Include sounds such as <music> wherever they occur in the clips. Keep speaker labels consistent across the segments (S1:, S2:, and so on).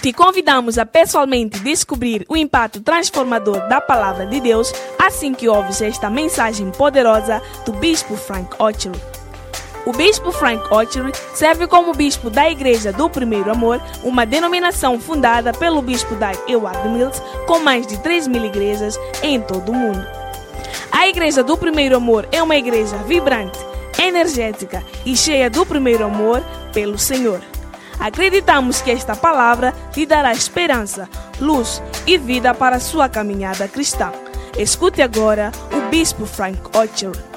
S1: Te convidamos a pessoalmente descobrir o impacto transformador da palavra de Deus assim que ouves esta mensagem poderosa do Bispo Frank Otchery. O Bispo Frank Otchery serve como bispo da Igreja do Primeiro Amor, uma denominação fundada pelo bispo Doug Eward Mills, com mais de 3 mil igrejas em todo o mundo. A Igreja do Primeiro Amor é uma igreja vibrante, energética e cheia do primeiro amor pelo Senhor. Acreditamos que esta palavra lhe dará esperança, luz e vida para a sua caminhada cristã. Escute agora o Bispo Frank Otchery.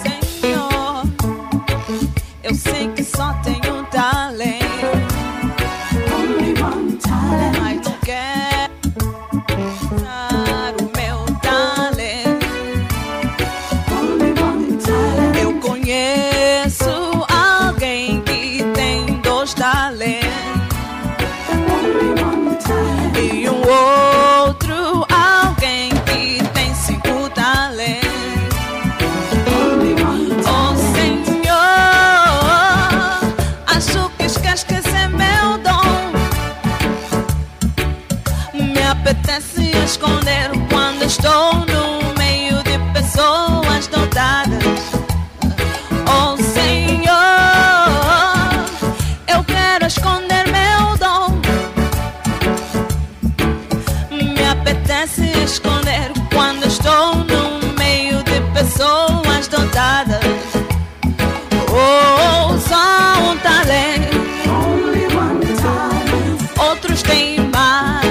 S2: Senhor, eu sei que só tem um talento. Mas eu quero dar o meu talento. Eu conheço alguém que tem dois talentos e um outro alguém que tem cinco talentos. Oh Senhor, acho que esquece que esse é meu dom. Me apetece esconder quando estou no meio de pessoas dotadas. Oh Senhor, eu quero esconder meu dom. Me apetece esconder quando estou no meio de pessoas dotadas. Oh, só um talento, outros têm mais,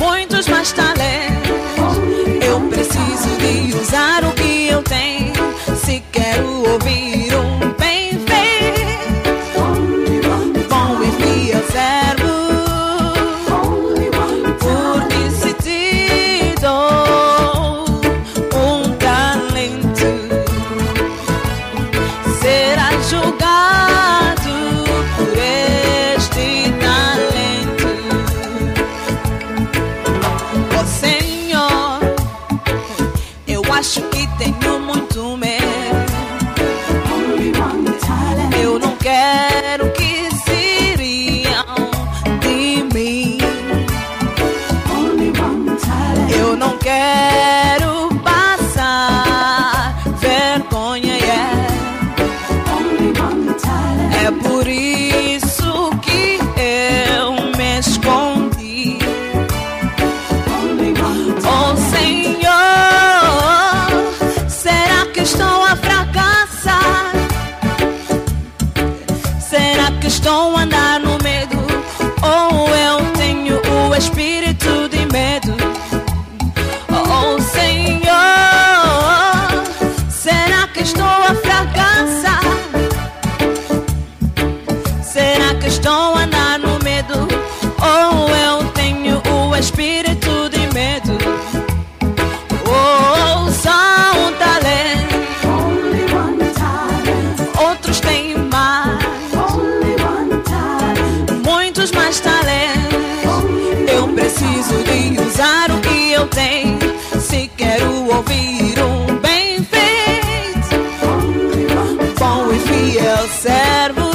S2: muitos mais talentos. Eu preciso de usar o que eu tenho. Se quero ouvir um bem feito, bom e fiel servo. Porque se te dou um talento, será julgado por este talento. Ó Senhor, eu acho que tenho muito medo. Eu não quero que se riam de mim. Eu não quero passar vergonha, yeah. é por isso que eu me escondi. Oh Senhor, será que estou a fracassar? Será que estou a andar no medo? Ou eu tenho o espírito de medo? Oh Senhor, será que estou a fracassar? Será que estou a andar no medo? Ou eu tenho o espírito de medo? Oh, só um talento, outros têm mais, muitos mais talentos. Eu preciso de usar o que eu tenho. Se quero ouvir um bem feito, bom e fiel servo.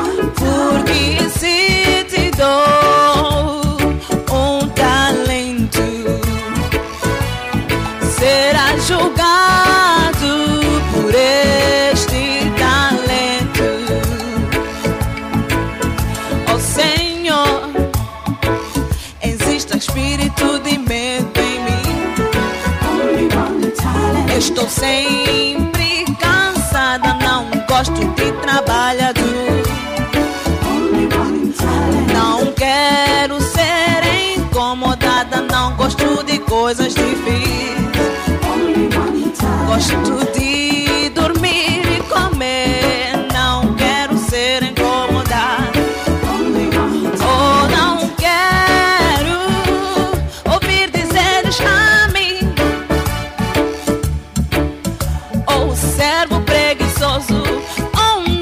S2: Porque se te dou um talento, será julgado por este talento. Oh Senhor, existe um espírito de medo em mim. Estou sempre cansada, não gosto de trabalhador. Não quero ser incomodada, não gosto de coisas difíceis. Gosto de dormir e comer, não quero ser incomodada. Oh, não quero ouvir dizeres a mim. Oh, servo preguiçoso, Oh, um um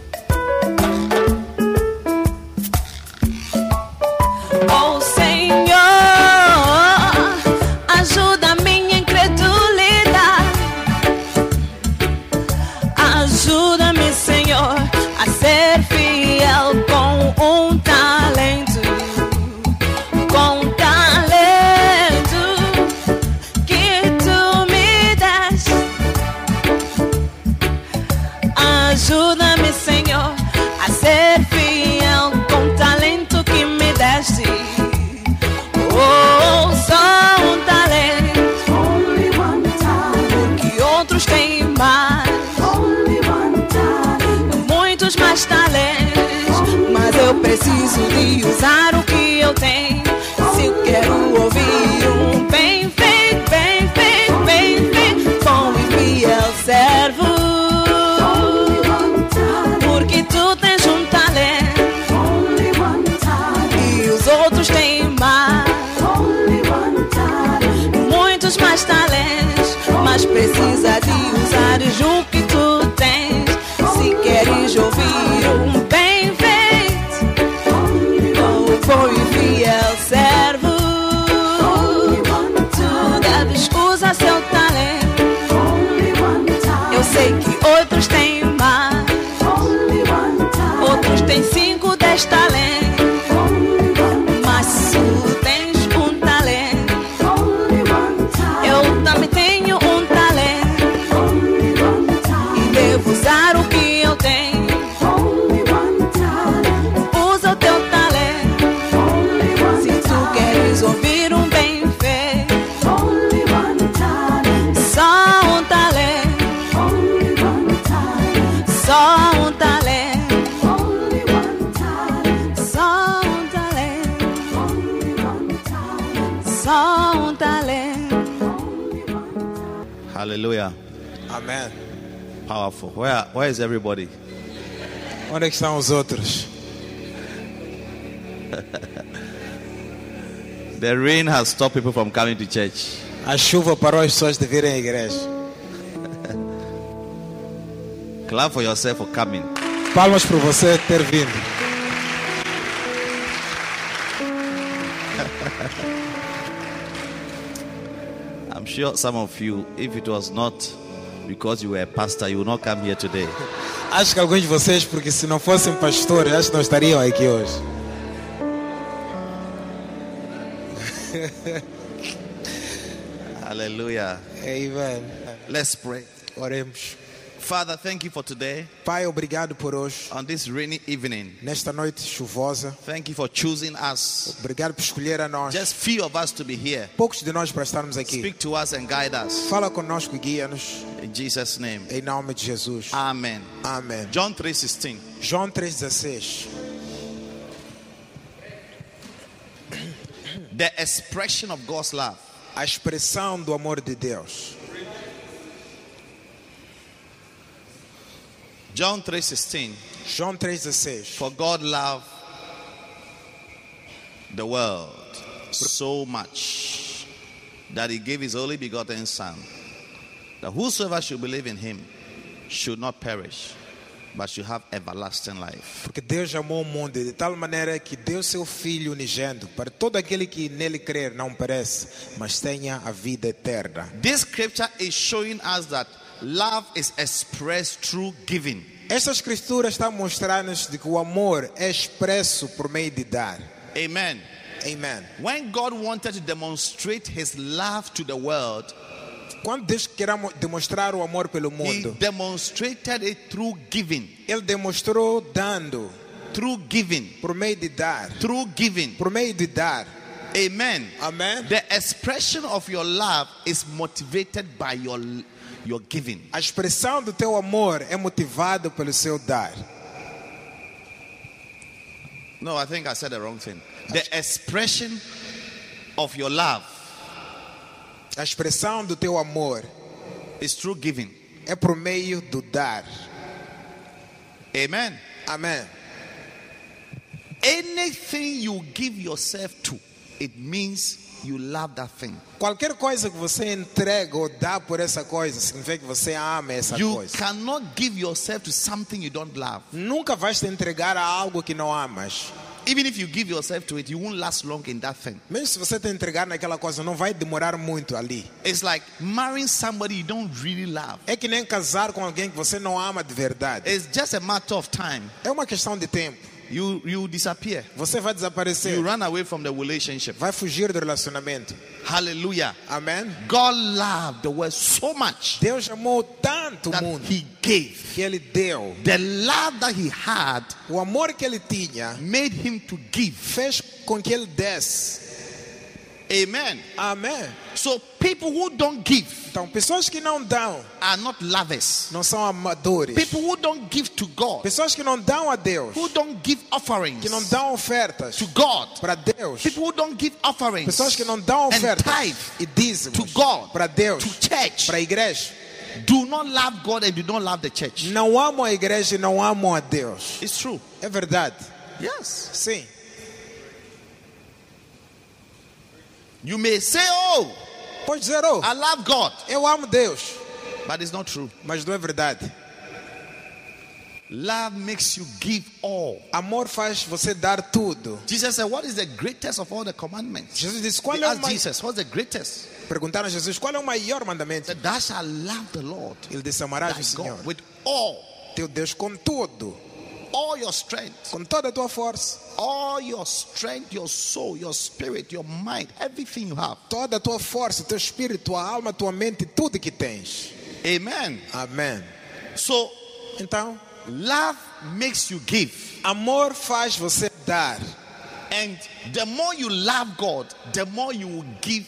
S2: Oh, um Oh, um Eu preciso de usar o que eu tenho. Se eu quero ouvir um bem feito, bem feito, bem feito, bom e fiel servo. Porque tu tens um talento e os outros têm mais. Muitos mais talentos, mas precisa de usar o que tu tens. Se queres ouvir um bem feito, não foi fiel servo. Tu deves usar seu talento. Eu sei que outros têm mais, outros têm cinco, dez talentos. Mas se tu tens um talento, eu também tenho um talento. E devo usar o que eu tenho. Usa o teu talento. Se tu queres ouvir um bem feito, só um talento. Só um talento. Só um talento. Só um talento.
S3: Hallelujah.
S4: Amém.
S3: Powerful. Where, where is everybody?
S4: Onde é que estão os outros?
S3: The rain has stopped people from coming to church.
S4: A chuva parou as pessoas de virem à igreja.
S3: Clap for yourself for coming.
S4: Palmas por você ter vindo.
S3: I'm sure some of you, if it was not because you were a pastor, you would not come here today.
S4: Acho que alguns de vocês, porque se não fossem pastores, acho que não estariam aqui hoje.
S3: Hallelujah.
S4: Amen.
S3: Let's pray.
S4: Oremos.
S3: Father, thank you for today,
S4: Pai, obrigado por hoje,
S3: on this rainy evening.
S4: nesta noite chuvosa.
S3: Thank you for choosing us.
S4: Obrigado por escolher a nós.
S3: Just few of us to be here.
S4: Poucos de nós para estarmos aqui.
S3: Speak to us and guide us.
S4: Fala conosco e guia-nos,
S3: In Jesus' name.
S4: em nome de Jesus.
S3: Amen.
S4: Amém.
S3: John 3:16.
S4: João 3,16.
S3: The expression of God's love.
S4: A expressão do amor de Deus.
S3: John 3:16.
S4: João 3,16.
S3: For God loved the world so much that he gave his only begotten Son, that whosoever should believe in him should not perish, but should have everlasting life.
S4: Porque Deus amou o mundo de tal maneira que deu seu Filho unigênito para todo aquele que nele crer não pereça, mas tenha a vida eterna.
S3: This scripture is showing us that love is expressed through giving.
S4: Esta escritura está a mostrar-nos de que o amor é expresso por meio de dar.
S3: Amen.
S4: Amen.
S3: When God wanted to demonstrate his love to the world,
S4: Quando Deus quer amo- demonstrar o amor pelo
S3: he
S4: mundo,
S3: demonstrated it through giving,
S4: Ele demonstrou dando,
S3: through giving,
S4: por meio de dar,
S3: through giving.
S4: por meio de dar.
S3: Amen.
S4: Amém.
S3: The expression of your love is motivated by your your giving.
S4: A expressão do teu amor é motivada pelo seu dar.
S3: No, I think I said the wrong thing. The expression of your love
S4: A expressão do teu amor
S3: is through giving.
S4: é por meio do dar.
S3: Amen.
S4: Amém.
S3: Anything you give yourself to, it means you love that thing.
S4: Qualquer coisa que você entrega ou dá por essa coisa, significa que você ama essa
S3: You
S4: coisa.
S3: cannot give yourself to something you don't love.
S4: Nunca vais te entregar a algo que não amas.
S3: Even if you give yourself to it, you won't last long in that thing.
S4: Mesmo se você te entregar naquela coisa, não vai demorar muito ali.
S3: It's like marrying somebody you don't really love.
S4: É que nem casar com alguém que você não ama de verdade.
S3: It's just a matter of time.
S4: É uma questão de tempo.
S3: You you disappear.
S4: Você vai
S3: You
S4: desaparecer,
S3: run away from the relationship.
S4: vai fugir do relacionamento.
S3: Hallelujah.
S4: Amém?
S3: God loved the world so much
S4: Deus amou tanto o
S3: that
S4: mundo
S3: he gave.
S4: que ele deu.
S3: The love that he had
S4: O amor que ele tinha
S3: made him to give.
S4: fez com que ele desse.
S3: Amen.
S4: Amém?
S3: So people who don't give
S4: Então, pessoas que não dão
S3: are not lovers.
S4: não são amadores.
S3: People who don't give to God,
S4: Pessoas que não dão a Deus,
S3: who don't give offerings
S4: que não dão ofertas
S3: to God.
S4: para Deus.
S3: People who don't give offerings
S4: Pessoas que não dão
S3: and
S4: ofertas
S3: tithe
S4: e dízimos
S3: to God,
S4: para Deus,
S3: to church,
S4: para a igreja.
S3: do not love God and do not love the church.
S4: Não amam a igreja e não amam a Deus.
S3: It's true.
S4: É verdade.
S3: Yes.
S4: Sim.
S3: You may say, Oh,
S4: Pode dizer, oh,
S3: I love God,
S4: eu amo Deus.
S3: but it's not true.
S4: Mas não é verdade.
S3: Love makes you give all.
S4: Amor faz você dar tudo.
S3: Jesus said, What is the greatest of all the commandments?
S4: Jesus disse, qual
S3: They
S4: é o
S3: asked
S4: mai...
S3: Jesus, What's the greatest?
S4: Perguntaram a Jesus, qual é o maior
S3: He
S4: mandamento?
S3: said, Thou shalt love the Lord
S4: Ele disse, amarás
S3: thy
S4: o Senhor,
S3: God with all,
S4: teu Deus, com tudo,
S3: all your strength,
S4: com toda a tua força,
S3: all your strength, your soul, your spirit, your mind, everything you have.
S4: toda a tua força, teu espírito, tua alma, tua mente, tudo que tens.
S3: Amen.
S4: Amém.
S3: So,
S4: Então,
S3: love makes you give.
S4: amor faz você dar.
S3: And the more you love God, the more you will give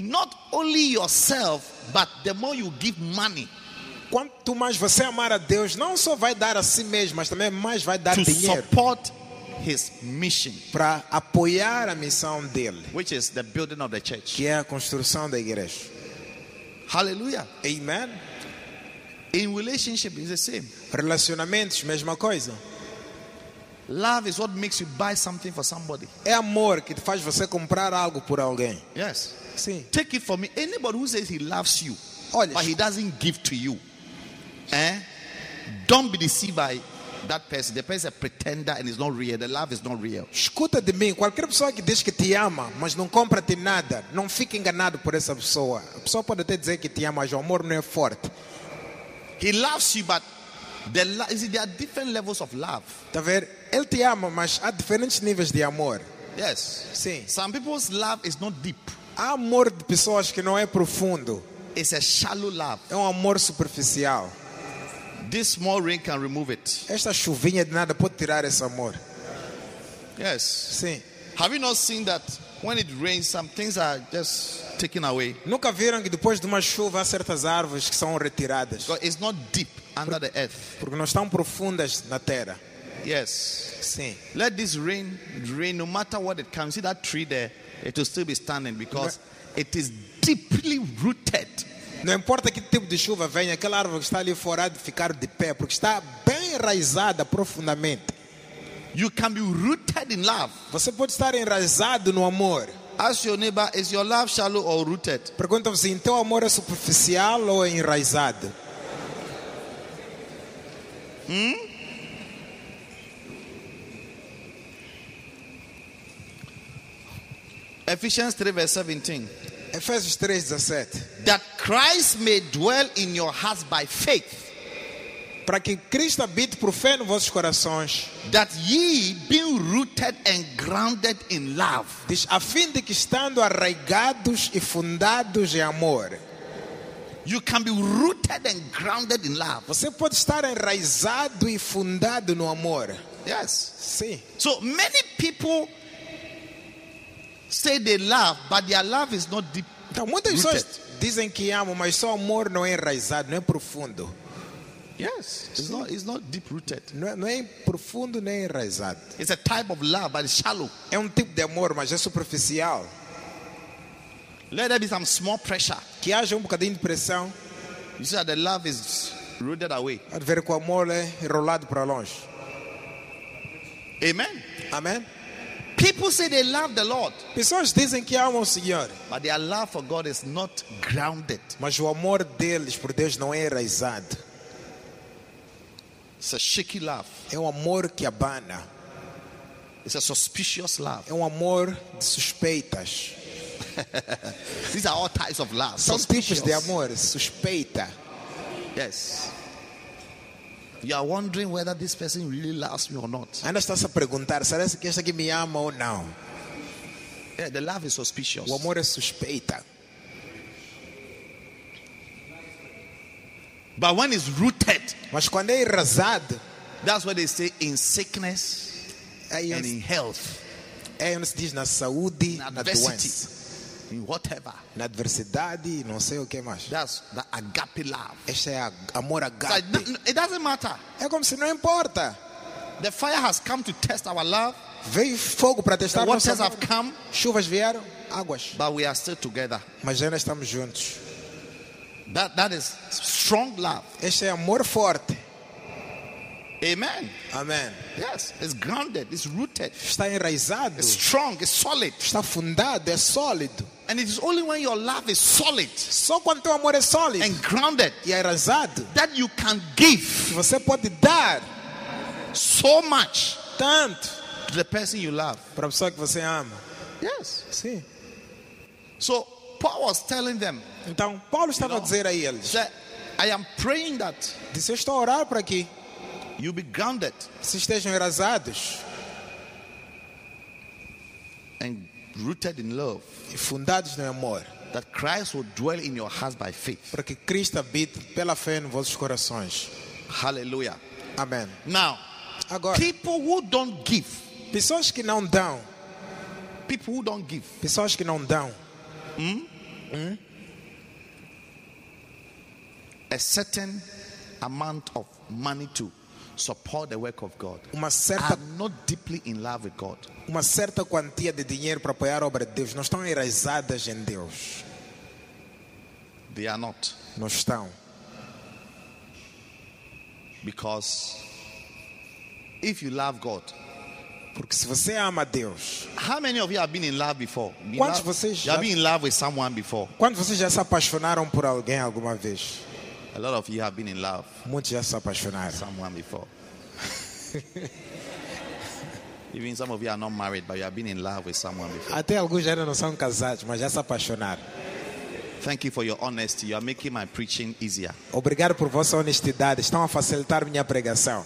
S3: not only yourself, but the more you give money
S4: Quanto mais você amar a Deus, não só vai dar a si mesmo, mas também mais vai dar
S3: to
S4: dinheiro
S3: support his mission,
S4: para apoiar a missão dele,
S3: which is the building of the church.
S4: que é a construção da igreja.
S3: Hallelujah.
S4: Amém?
S3: In relationship, it's the same.
S4: Relacionamentos, mesma coisa.
S3: Love is what makes you buy something for somebody.
S4: É amor que te faz você comprar algo por alguém.
S3: Yes.
S4: Sim.
S3: Take it from me. Anybody who says he loves you,
S4: Olha,
S3: but he doesn't give to you, eh? Don't be deceived by that person. The person is a pretender and it's not real. The love is not real.
S4: escuta de mim, qualquer pessoa que diz que te ama, mas não compra-te nada, não fique enganado por essa pessoa. A pessoa pode até dizer que te ama, mas o amor não é forte.
S3: He loves you, but the lo- you see, there are different levels of love.
S4: Tá a ver? Ele te ama, mas há diferentes níveis de amor.
S3: Yes.
S4: Sim.
S3: Some people's love is not deep.
S4: Há amor de pessoas que não é profundo,
S3: It's a shallow love.
S4: é um amor superficial.
S3: This small rain can remove it.
S4: Esta chuvinha de nada pode tirar esse amor.
S3: Yes.
S4: Sim.
S3: Have you not seen that when it rains, some things are just taken away?
S4: Nunca viram que depois de uma chuva há certas árvores que são retiradas,
S3: Because it's not deep under the earth.
S4: porque não estão profundas na terra.
S3: Yes.
S4: Sim.
S3: Let this rain rain, no matter what it comes. See that tree there, it will still be standing because it is deeply rooted.
S4: Não importa que tipo de chuva venha, aquela árvore que está ali fora há de ficar de pé, porque está bem enraizada profundamente.
S3: You can be rooted in love.
S4: Você pode estar enraizado no amor.
S3: Ask your neighbor, is your love shallow or rooted?
S4: Perguntam-se, então o amor é superficial ou é enraizado?
S3: Ephesians 3, verse 17.
S4: Efésios 3,17.
S3: That Christ may dwell in your hearts by faith,
S4: Para que Cristo habite por fé nos vossos corações,
S3: that ye, being rooted and grounded in love,
S4: diz, a fim de que estando arraigados e fundados em amor.
S3: you can be rooted and grounded in love.
S4: Você pode estar enraizado e fundado no amor.
S3: Yes.
S4: Sim.
S3: So many people say they love, but their love is not deep.
S4: Então, muitas pessoas dizem que amam, mas só amor não é enraizado, não é profundo.
S3: Yes, it's not. It's not deep rooted.
S4: Não é, não é profundo nem enraizado.
S3: It's a type of love, but it's shallow.
S4: É um tipo de amor, mas é superficial.
S3: Let there be some small pressure.
S4: Que haja um bocadinho de pressão,
S3: You see that the love is rooted away.
S4: a ver que o amor é enrolado para longe.
S3: Amen.
S4: Amém?
S3: People say they love the Lord,
S4: Pessoas dizem que amam o Senhor,
S3: but their love for God is not grounded.
S4: mas o amor deles por Deus não é enraizado.
S3: It's a shaky love.
S4: É um amor que abana.
S3: It's a suspicious love.
S4: É um amor de suspeitas.
S3: These are all types of love.
S4: São tipos de
S3: Suspicious.
S4: amor, suspeita.
S3: Yes. You are wondering whether this person really loves me or not.
S4: Ainda está se a perguntar, será que esta aqui me ama ou não?
S3: Yeah, the love is suspicious.
S4: O amor é suspeita.
S3: But when it's rooted,
S4: Mas quando é enraizado,
S3: that's what they say in sickness
S4: aí é
S3: and in
S4: onde,
S3: health,
S4: aí é onde se diz na saúde,
S3: in
S4: na doença.
S3: adversity, in whatever.
S4: na adversidade, não sei o que mais.
S3: That's the agape love.
S4: Este é a- amor
S3: It's like,
S4: agape.
S3: no- no, it doesn't matter.
S4: É como se não importa.
S3: The fire has come to test our love.
S4: Veio fogo para testar
S3: The
S4: nosso
S3: waters have
S4: amor.
S3: come,
S4: Chuvas vieram, águas.
S3: but we are still together.
S4: Mas ainda estamos juntos.
S3: That, that is strong love.
S4: Este é amor forte.
S3: Amen.
S4: Amém.
S3: Yes, it's grounded, it's rooted,
S4: Está enraizado.
S3: it's strong, it's solid.
S4: Está fundado, é sólido.
S3: And it is only when your love is solid
S4: Só quando teu amor é sólido
S3: and grounded
S4: e é enraizado,
S3: that you can give
S4: que você pode dar
S3: so much
S4: tanto
S3: to the person you love.
S4: para a pessoa que você ama.
S3: Yes.
S4: Sim.
S3: So Paul was telling them,
S4: Então, Paulo estava a dizer a
S3: he
S4: eles:
S3: said, I am praying that
S4: disse, Eu estou a orar para que
S3: you be grounded
S4: se estejam enraizados
S3: and rooted in love,
S4: e fundados no amor,
S3: that Christ will dwell in your hearts by faith.
S4: para que Cristo habite pela fé em vossos corações.
S3: Hallelujah.
S4: Amém.
S3: Now,
S4: Agora,
S3: people who don't give,
S4: pessoas que não dão,
S3: people who don't give,
S4: pessoas que não dão,
S3: a certain amount of money to support the work of God
S4: uma certa,
S3: are not deeply in love with God.
S4: uma certa quantia de dinheiro para apoiar a obra de Deus, não estão enraizadas em Deus.
S3: They are not.
S4: Não estão.
S3: Because if you love God,
S4: Porque se você ama a Deus,
S3: how many of you have been in love before? Been
S4: Quantos
S3: love-
S4: vocês
S3: you
S4: já-
S3: have been in love with someone before.
S4: quando vocês já se apaixonaram por alguém alguma vez,
S3: A lot of you have been in love
S4: muitos já se
S3: with
S4: apaixonaram.
S3: someone before. <laughs> Even some of you are not married, but you have been in love with someone before.
S4: Até alguns já ainda não são casados, mas já se apaixonaram.
S3: Thank you for your honesty. You are making my preaching easier.
S4: Obrigado por vossa honestidade, estão a facilitar minha pregação.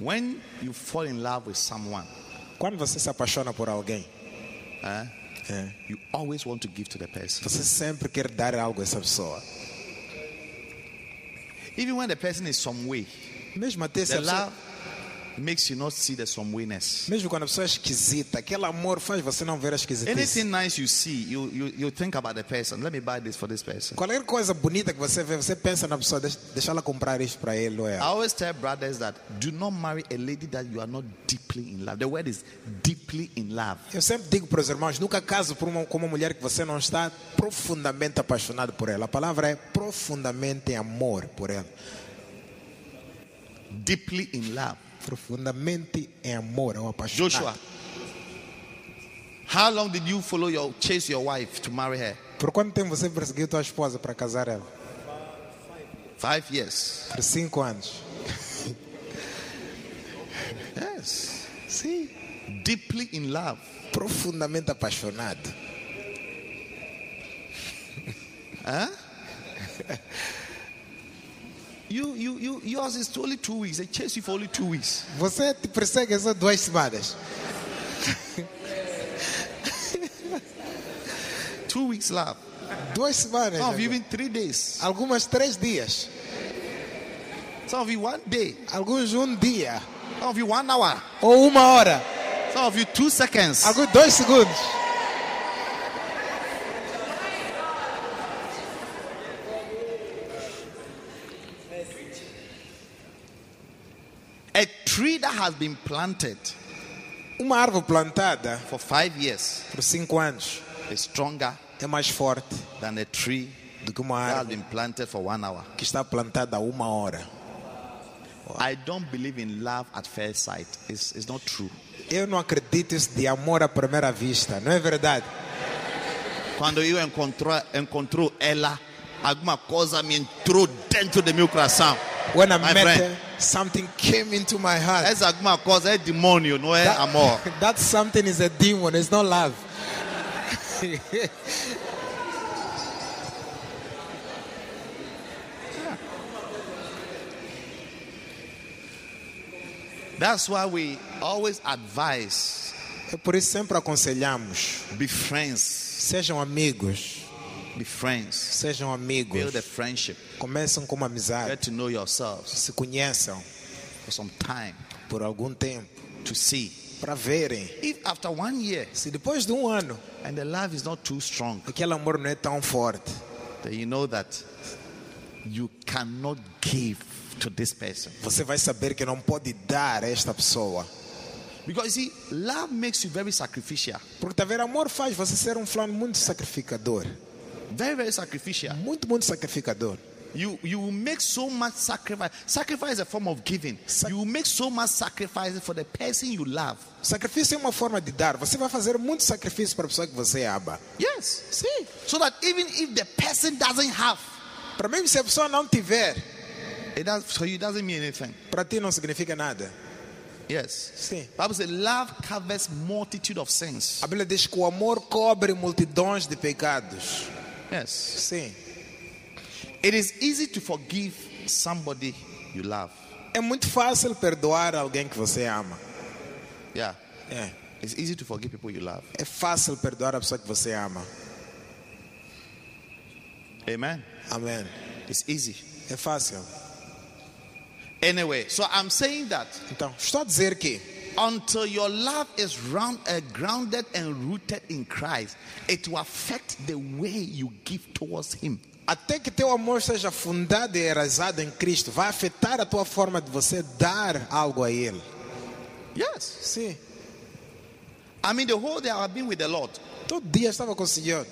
S3: When you fall in love with someone,
S4: Quando você se apaixona por alguém,
S3: eh,
S4: é,
S3: you always want to give to the person.
S4: você sempre quer dar algo a essa pessoa.
S3: Even when the person is some way,
S4: Mesmo até se a
S3: the
S4: pessoa,
S3: love makes you not see the some wayness.
S4: mesmo quando a pessoa é esquisita, aquele amor faz você não ver a esquisitice.
S3: Anything nice you see, you, you, you think about the person. Let me buy this for this person.
S4: Qualquer coisa bonita que você vê, você pensa na pessoa, deixa, deixa ela comprar isto para ele ou
S3: I
S4: ela.
S3: always tell brothers that do not marry a lady that you are not deeply in love. The word is deeply in love.
S4: Eu sempre digo para os irmãos, nunca case por uma, com uma mulher que você não está profundamente apaixonado por ela. A palavra é profundamente amor por ela.
S3: Deeply in love.
S4: Profundamente é amor, é um apaixonado.
S3: Joshua, how long did you follow your chase your wife to marry her?
S4: Por quanto tempo você perseguiu tua esposa para casar ela?
S3: Five years.
S4: Por cinco anos.
S3: Yes.
S4: Sim.
S3: Deeply in love.
S4: Profundamente apaixonado.
S3: You, you, you, yours is only two weeks. They chase you for only two weeks.
S4: Você te persegue só duas semanas.
S3: Two weeks love.
S4: Duas semanas.
S3: Some of you
S4: agora.
S3: even three days.
S4: Algumas três dias.
S3: Some of you one day.
S4: Alguns um dia.
S3: Some of you one hour.
S4: Ou uma hora.
S3: Some of you two seconds.
S4: Alguns dois segundos.
S3: A tree that has been planted
S4: Uma árvore plantada
S3: for five years
S4: por cinco anos
S3: is stronger
S4: é mais forte
S3: than a tree
S4: do que uma
S3: that has
S4: árvore
S3: been planted for one hour.
S4: que está plantada há uma hora.
S3: I don't believe in love at first sight. It's, it's not true.
S4: Eu não acredito isso de amor à primeira vista. Não é verdade?
S3: Quando eu encontrou, encontrou ela, alguma coisa me entrou dentro do meu coração.
S4: When I
S3: My
S4: met
S3: friend.
S4: her, something came into my heart.
S3: Essa alguma coisa é demônio, não é eh, amor.
S4: <laughs> That something is a demon, it's not love.
S3: That's why we always advise
S4: É por isso sempre aconselhamos:
S3: be friends,
S4: sejam amigos,
S3: be friends.
S4: sejam amigos.
S3: Build a friendship.
S4: Começam com uma amizade,
S3: Get to know yourselves
S4: se conheçam
S3: for some time
S4: por algum tempo
S3: to see.
S4: para verem.
S3: If after one year
S4: Se depois de um ano
S3: and the love is not too strong,
S4: aquele amor não é tão forte,
S3: then you know that you cannot give to this person.
S4: Você vai saber que não pode dar a esta pessoa.
S3: Because you see, love makes you very sacrificial.
S4: Porque tá a ver, amor faz você ser um fulano muito sacrificador.
S3: Very, very sacrificial.
S4: Muito, muito sacrificador.
S3: You you will make so much sacrifice. Sacrifice is a form of giving.
S4: Sac-
S3: you will make so much sacrifice for the person you love.
S4: Sacrifício é uma forma de dar. Você vai fazer muito sacrifício para a pessoa que você ama.
S3: Yes.
S4: Sim.
S3: So that even if the person doesn't have,
S4: Para mim, se a pessoa não tiver,
S3: it does, for you it doesn't mean anything.
S4: para ti não significa nada.
S3: Yes.
S4: Sim.
S3: Bible says love covers multitude of sins.
S4: A Bíblia diz que o amor cobre multidões de pecados.
S3: Yes.
S4: Sim.
S3: It is easy to forgive somebody you love.
S4: É muito fácil perdoar alguém que você ama.
S3: Yeah.
S4: É.
S3: It's easy to forgive people you love.
S4: É fácil perdoar a pessoa que você ama.
S3: Amen.
S4: Amém.
S3: It's easy.
S4: É fácil.
S3: Anyway, so I'm saying that
S4: Então, estou a dizer que
S3: until your love is round, uh, grounded and rooted in Christ, it will affect the way you give towards Him.
S4: até que teu amor seja fundado e arrasado em Cristo, vai afetar a tua forma de você dar algo a Ele.
S3: Yes.
S4: Sim.
S3: I mean, the whole day I've been with the Lord,
S4: Todo dia estava com o Senhor.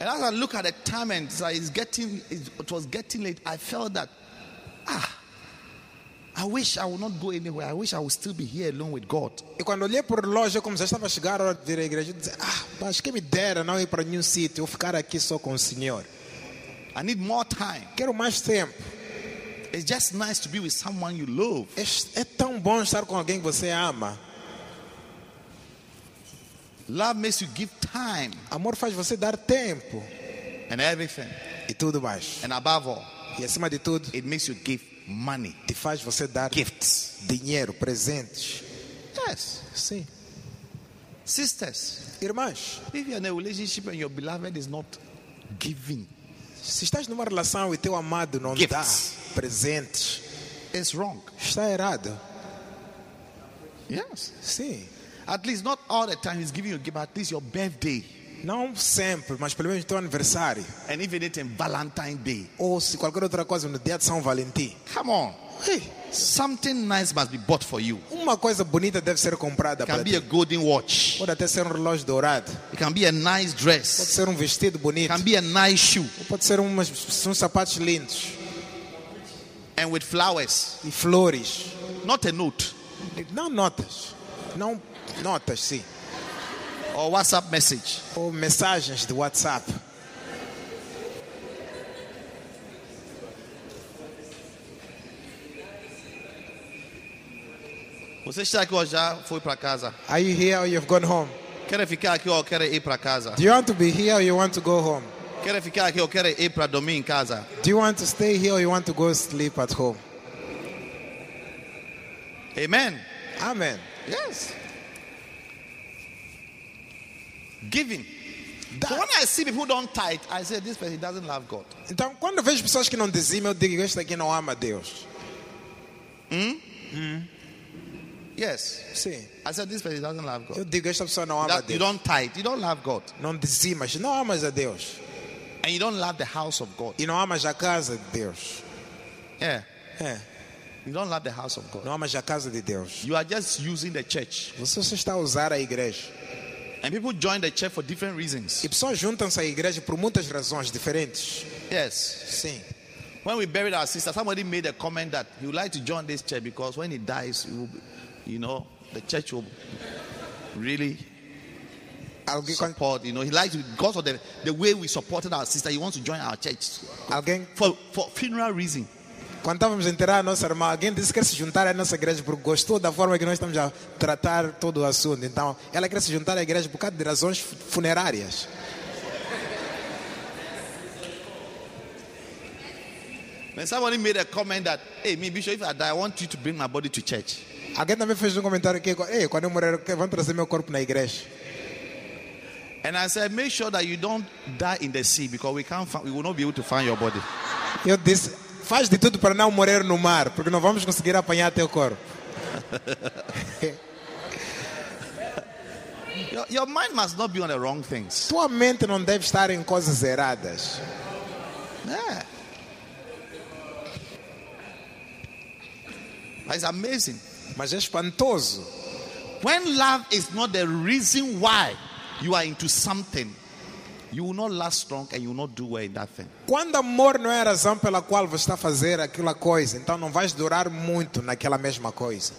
S3: and as I look at the time and it's, like it's getting, it's- it was getting late, I felt that ah, I wish I would not go anywhere. I wish I would still be here alone with God.
S4: E quando olhei para o relógio, como já estava a chegar a hora de vir à igreja, eu disse: Ah, mas quem me dera não ir para nenhum sítio, eu ficar aqui só com o Senhor.
S3: I need more time.
S4: Quero mais tempo.
S3: It's just nice to be with someone you love.
S4: É, é tão bom estar com alguém que você ama.
S3: Love makes you give time
S4: Amor faz você dar tempo
S3: and everything.
S4: e tudo mais.
S3: And above all,
S4: E acima de tudo,
S3: it makes you give money,
S4: te faz você dar
S3: gifts.
S4: dinheiro, presentes.
S3: Yes.
S4: Sim.
S3: Sisters,
S4: Irmãs,
S3: if you're in a relationship and your beloved is not giving,
S4: se estás numa relação e teu amado não
S3: Gifts.
S4: dá presentes,
S3: it's wrong.
S4: está errado.
S3: Yes.
S4: Sim.
S3: At least not all the time he's giving you gift, at least your birthday.
S4: Não sempre, mas pelo menos teu aniversário.
S3: And if anything, Valentine Day.
S4: Ou se qualquer outra coisa no dia de São Valentim.
S3: Come on.
S4: Ei,
S3: Something nice must be bought for you.
S4: Uma coisa bonita deve ser comprada
S3: It
S4: para
S3: can be
S4: ti.
S3: a golden watch.
S4: Pode até ser um relógio dourado,
S3: It can be a nice
S4: pode
S3: dress.
S4: ser um vestido
S3: It
S4: bonito,
S3: can be a nice shoe.
S4: pode ser umas, uns sapatos lindos
S3: And with flowers.
S4: e flores.
S3: Not a note
S4: Não notas, não notas, sim.
S3: or WhatsApp message.
S4: Ou mensagens de WhatsApp.
S3: Você está aqui hoje já foi para casa.
S4: Are you here or you've gone home?
S3: Quero ficar aqui ou quero ir para casa.
S4: Do you want to be here or you want to go home?
S3: Quero ficar aqui ou quero ir para dormir em casa.
S4: Do you want to stay here or you want to go sleep at home?
S3: Amen.
S4: Amen.
S3: Yes. Giving. So when I see people don't tithe, I say this person doesn't love God.
S4: Então, quando eu vejo pessoas que não dizimam, eu digo, este aqui não ama Deus.
S3: Yes.
S4: Sim.
S3: I said this person doesn't love
S4: Eu
S3: God.
S4: digo, esta pessoa não ama
S3: That- you
S4: Deus.
S3: don't tithe, you don't love God,
S4: Não dizimas, não amas a Deus.
S3: and you don't love the house of God.
S4: E não amas a casa de Deus.
S3: Yeah,
S4: É.
S3: you don't love the house of God.
S4: Não amas a casa de Deus.
S3: You are just using the church,
S4: Você só está a usar a igreja.
S3: and people join the church for different reasons.
S4: E pessoas juntam-se à igreja por muitas razões diferentes.
S3: Yes.
S4: Sim.
S3: When we buried our sister, somebody made a comment that he would like to join this church because when he dies, he will be- you know, the church will really
S4: Alguém, quando-
S3: support. You know, he likes to- because of the, the way we supported our sister. He wants to join our church
S4: alguém,
S3: for, for funeral reason.
S4: quando estávamos a enterrar a nossa irmã, alguém disse que quer se juntar à nossa igreja porque gostou da forma que nós estamos a tratar todo o assunto. Então, ela quer se juntar à igreja por causa de razões fu- funerárias.
S3: Then somebody made a comment that, hey, me Bishop, if I die, I want you to bring my body to church.
S4: Alguém também fez um comentário que, ei, quando eu morrer, que- vão trazer meu corpo na igreja.
S3: And I said, make sure that you don't die in the sea because we can't, find, we will not be able to find your body.
S4: Eu disse, faz de tudo para não morrer no mar, porque não vamos conseguir apanhar teu corpo.
S3: Your, your mind must not be on the wrong things.
S4: Tua mente não deve estar em coisas erradas.
S3: Yeah. It's amazing.
S4: Mas é espantoso.
S3: When love is not the reason why you are into something, you will not last strong and you will not do well in that thing.
S4: Quando amor não é a razão pela qual você está a fazer aquela coisa, então não vais durar muito naquela mesma coisa.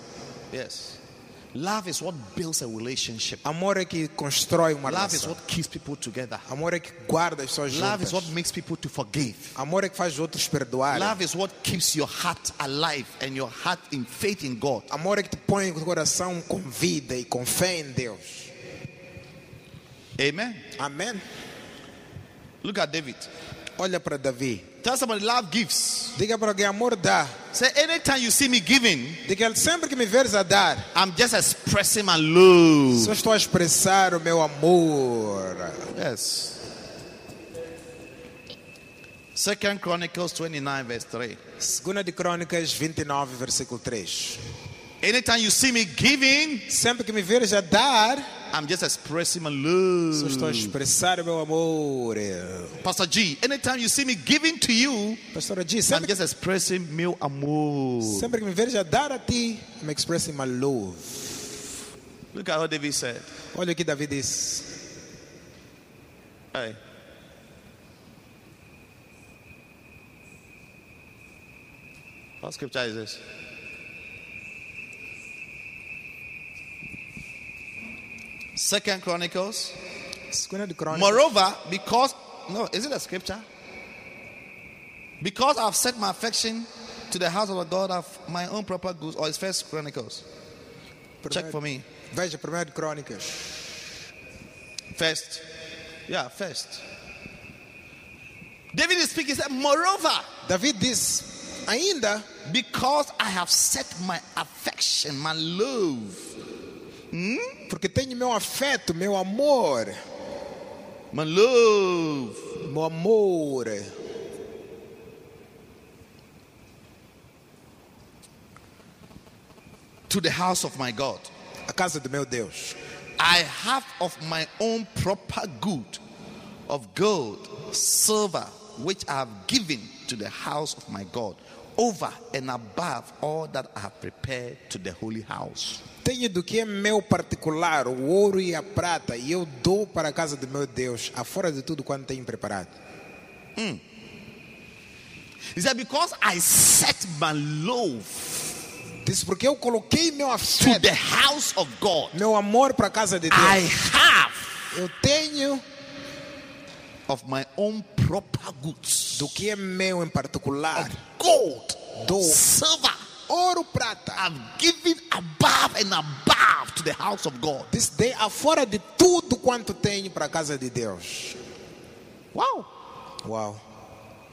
S3: Yes. Love is what builds a relationship.
S4: Amor é que constrói uma
S3: Love is
S4: relação.
S3: what keeps people together.
S4: Amor é que guarda as pessoas
S3: Love is what
S4: juntas.
S3: makes people to forgive.
S4: Amor é que faz os outros perdoarem.
S3: Love is what keeps your heart alive and your heart in faith in God.
S4: Amor é que te põe o coração com vida e com fé em Deus.
S3: Amen.
S4: Amém?
S3: Look at David.
S4: Olha para Davi.
S3: Tell somebody love gives.
S4: Diga para alguém, amor dá.
S3: Say anytime you see me giving,
S4: Diga, sempre que me veres a dar,
S3: I'm just expressing my love.
S4: só estou a expressar o meu amor.
S3: Yes. Second Chronicles 29, verse 3.
S4: Segunda de Crônicas 29, versículo 3.
S3: Anytime you see me giving,
S4: Sempre que me veres a dar,
S3: I'm just expressing my
S4: só estou a
S3: love.
S4: expressar o meu amor.
S3: Pastor G, anytime you see me giving to you,
S4: Pastora G,
S3: I'm
S4: sempre,
S3: just expressing meu amor.
S4: sempre que me veres a dar a ti, I'm expressing my love.
S3: Look at what David said.
S4: Olha o que Davi disse.
S3: Hey. What scripture is this? Second Chronicles.
S4: Segunda de Crônicas.
S3: Moreover, because no, is it a scripture? Because I've set my affection to the house of the God of my own proper goods, or it's First Chronicles. Check for me.
S4: Veja, primeira de Crônicas.
S3: First, yeah, first. David is speaking. He said, Moreover,
S4: Davi disse, ainda
S3: because I have set my affection, my love,
S4: porque tenho meu afeto, meu amor,
S3: my love
S4: meu amor
S3: to the house of my God.
S4: à casa do meu Deus.
S3: I have of my own proper good of gold, silver, which I have given to the house of my God, over and above all that I have prepared to the holy house.
S4: Tenho do que é meu particular, o ouro e a prata, e eu dou para a casa do meu Deus, afora de tudo quanto tenho preparado.
S3: He said, Because I set my love
S4: Disse, porque eu coloquei meu
S3: to
S4: afeto,
S3: the house of God,
S4: meu amor para a casa de
S3: I
S4: Deus.
S3: have
S4: Eu tenho
S3: of my own proper goods
S4: do que é meu em particular,
S3: gold,
S4: Dou.
S3: silver.
S4: ouro, prata.
S3: I've given above and above to the house of God.
S4: Disse, dei afora de tudo quanto tenho para a casa de Deus.
S3: Wow.
S4: Uau.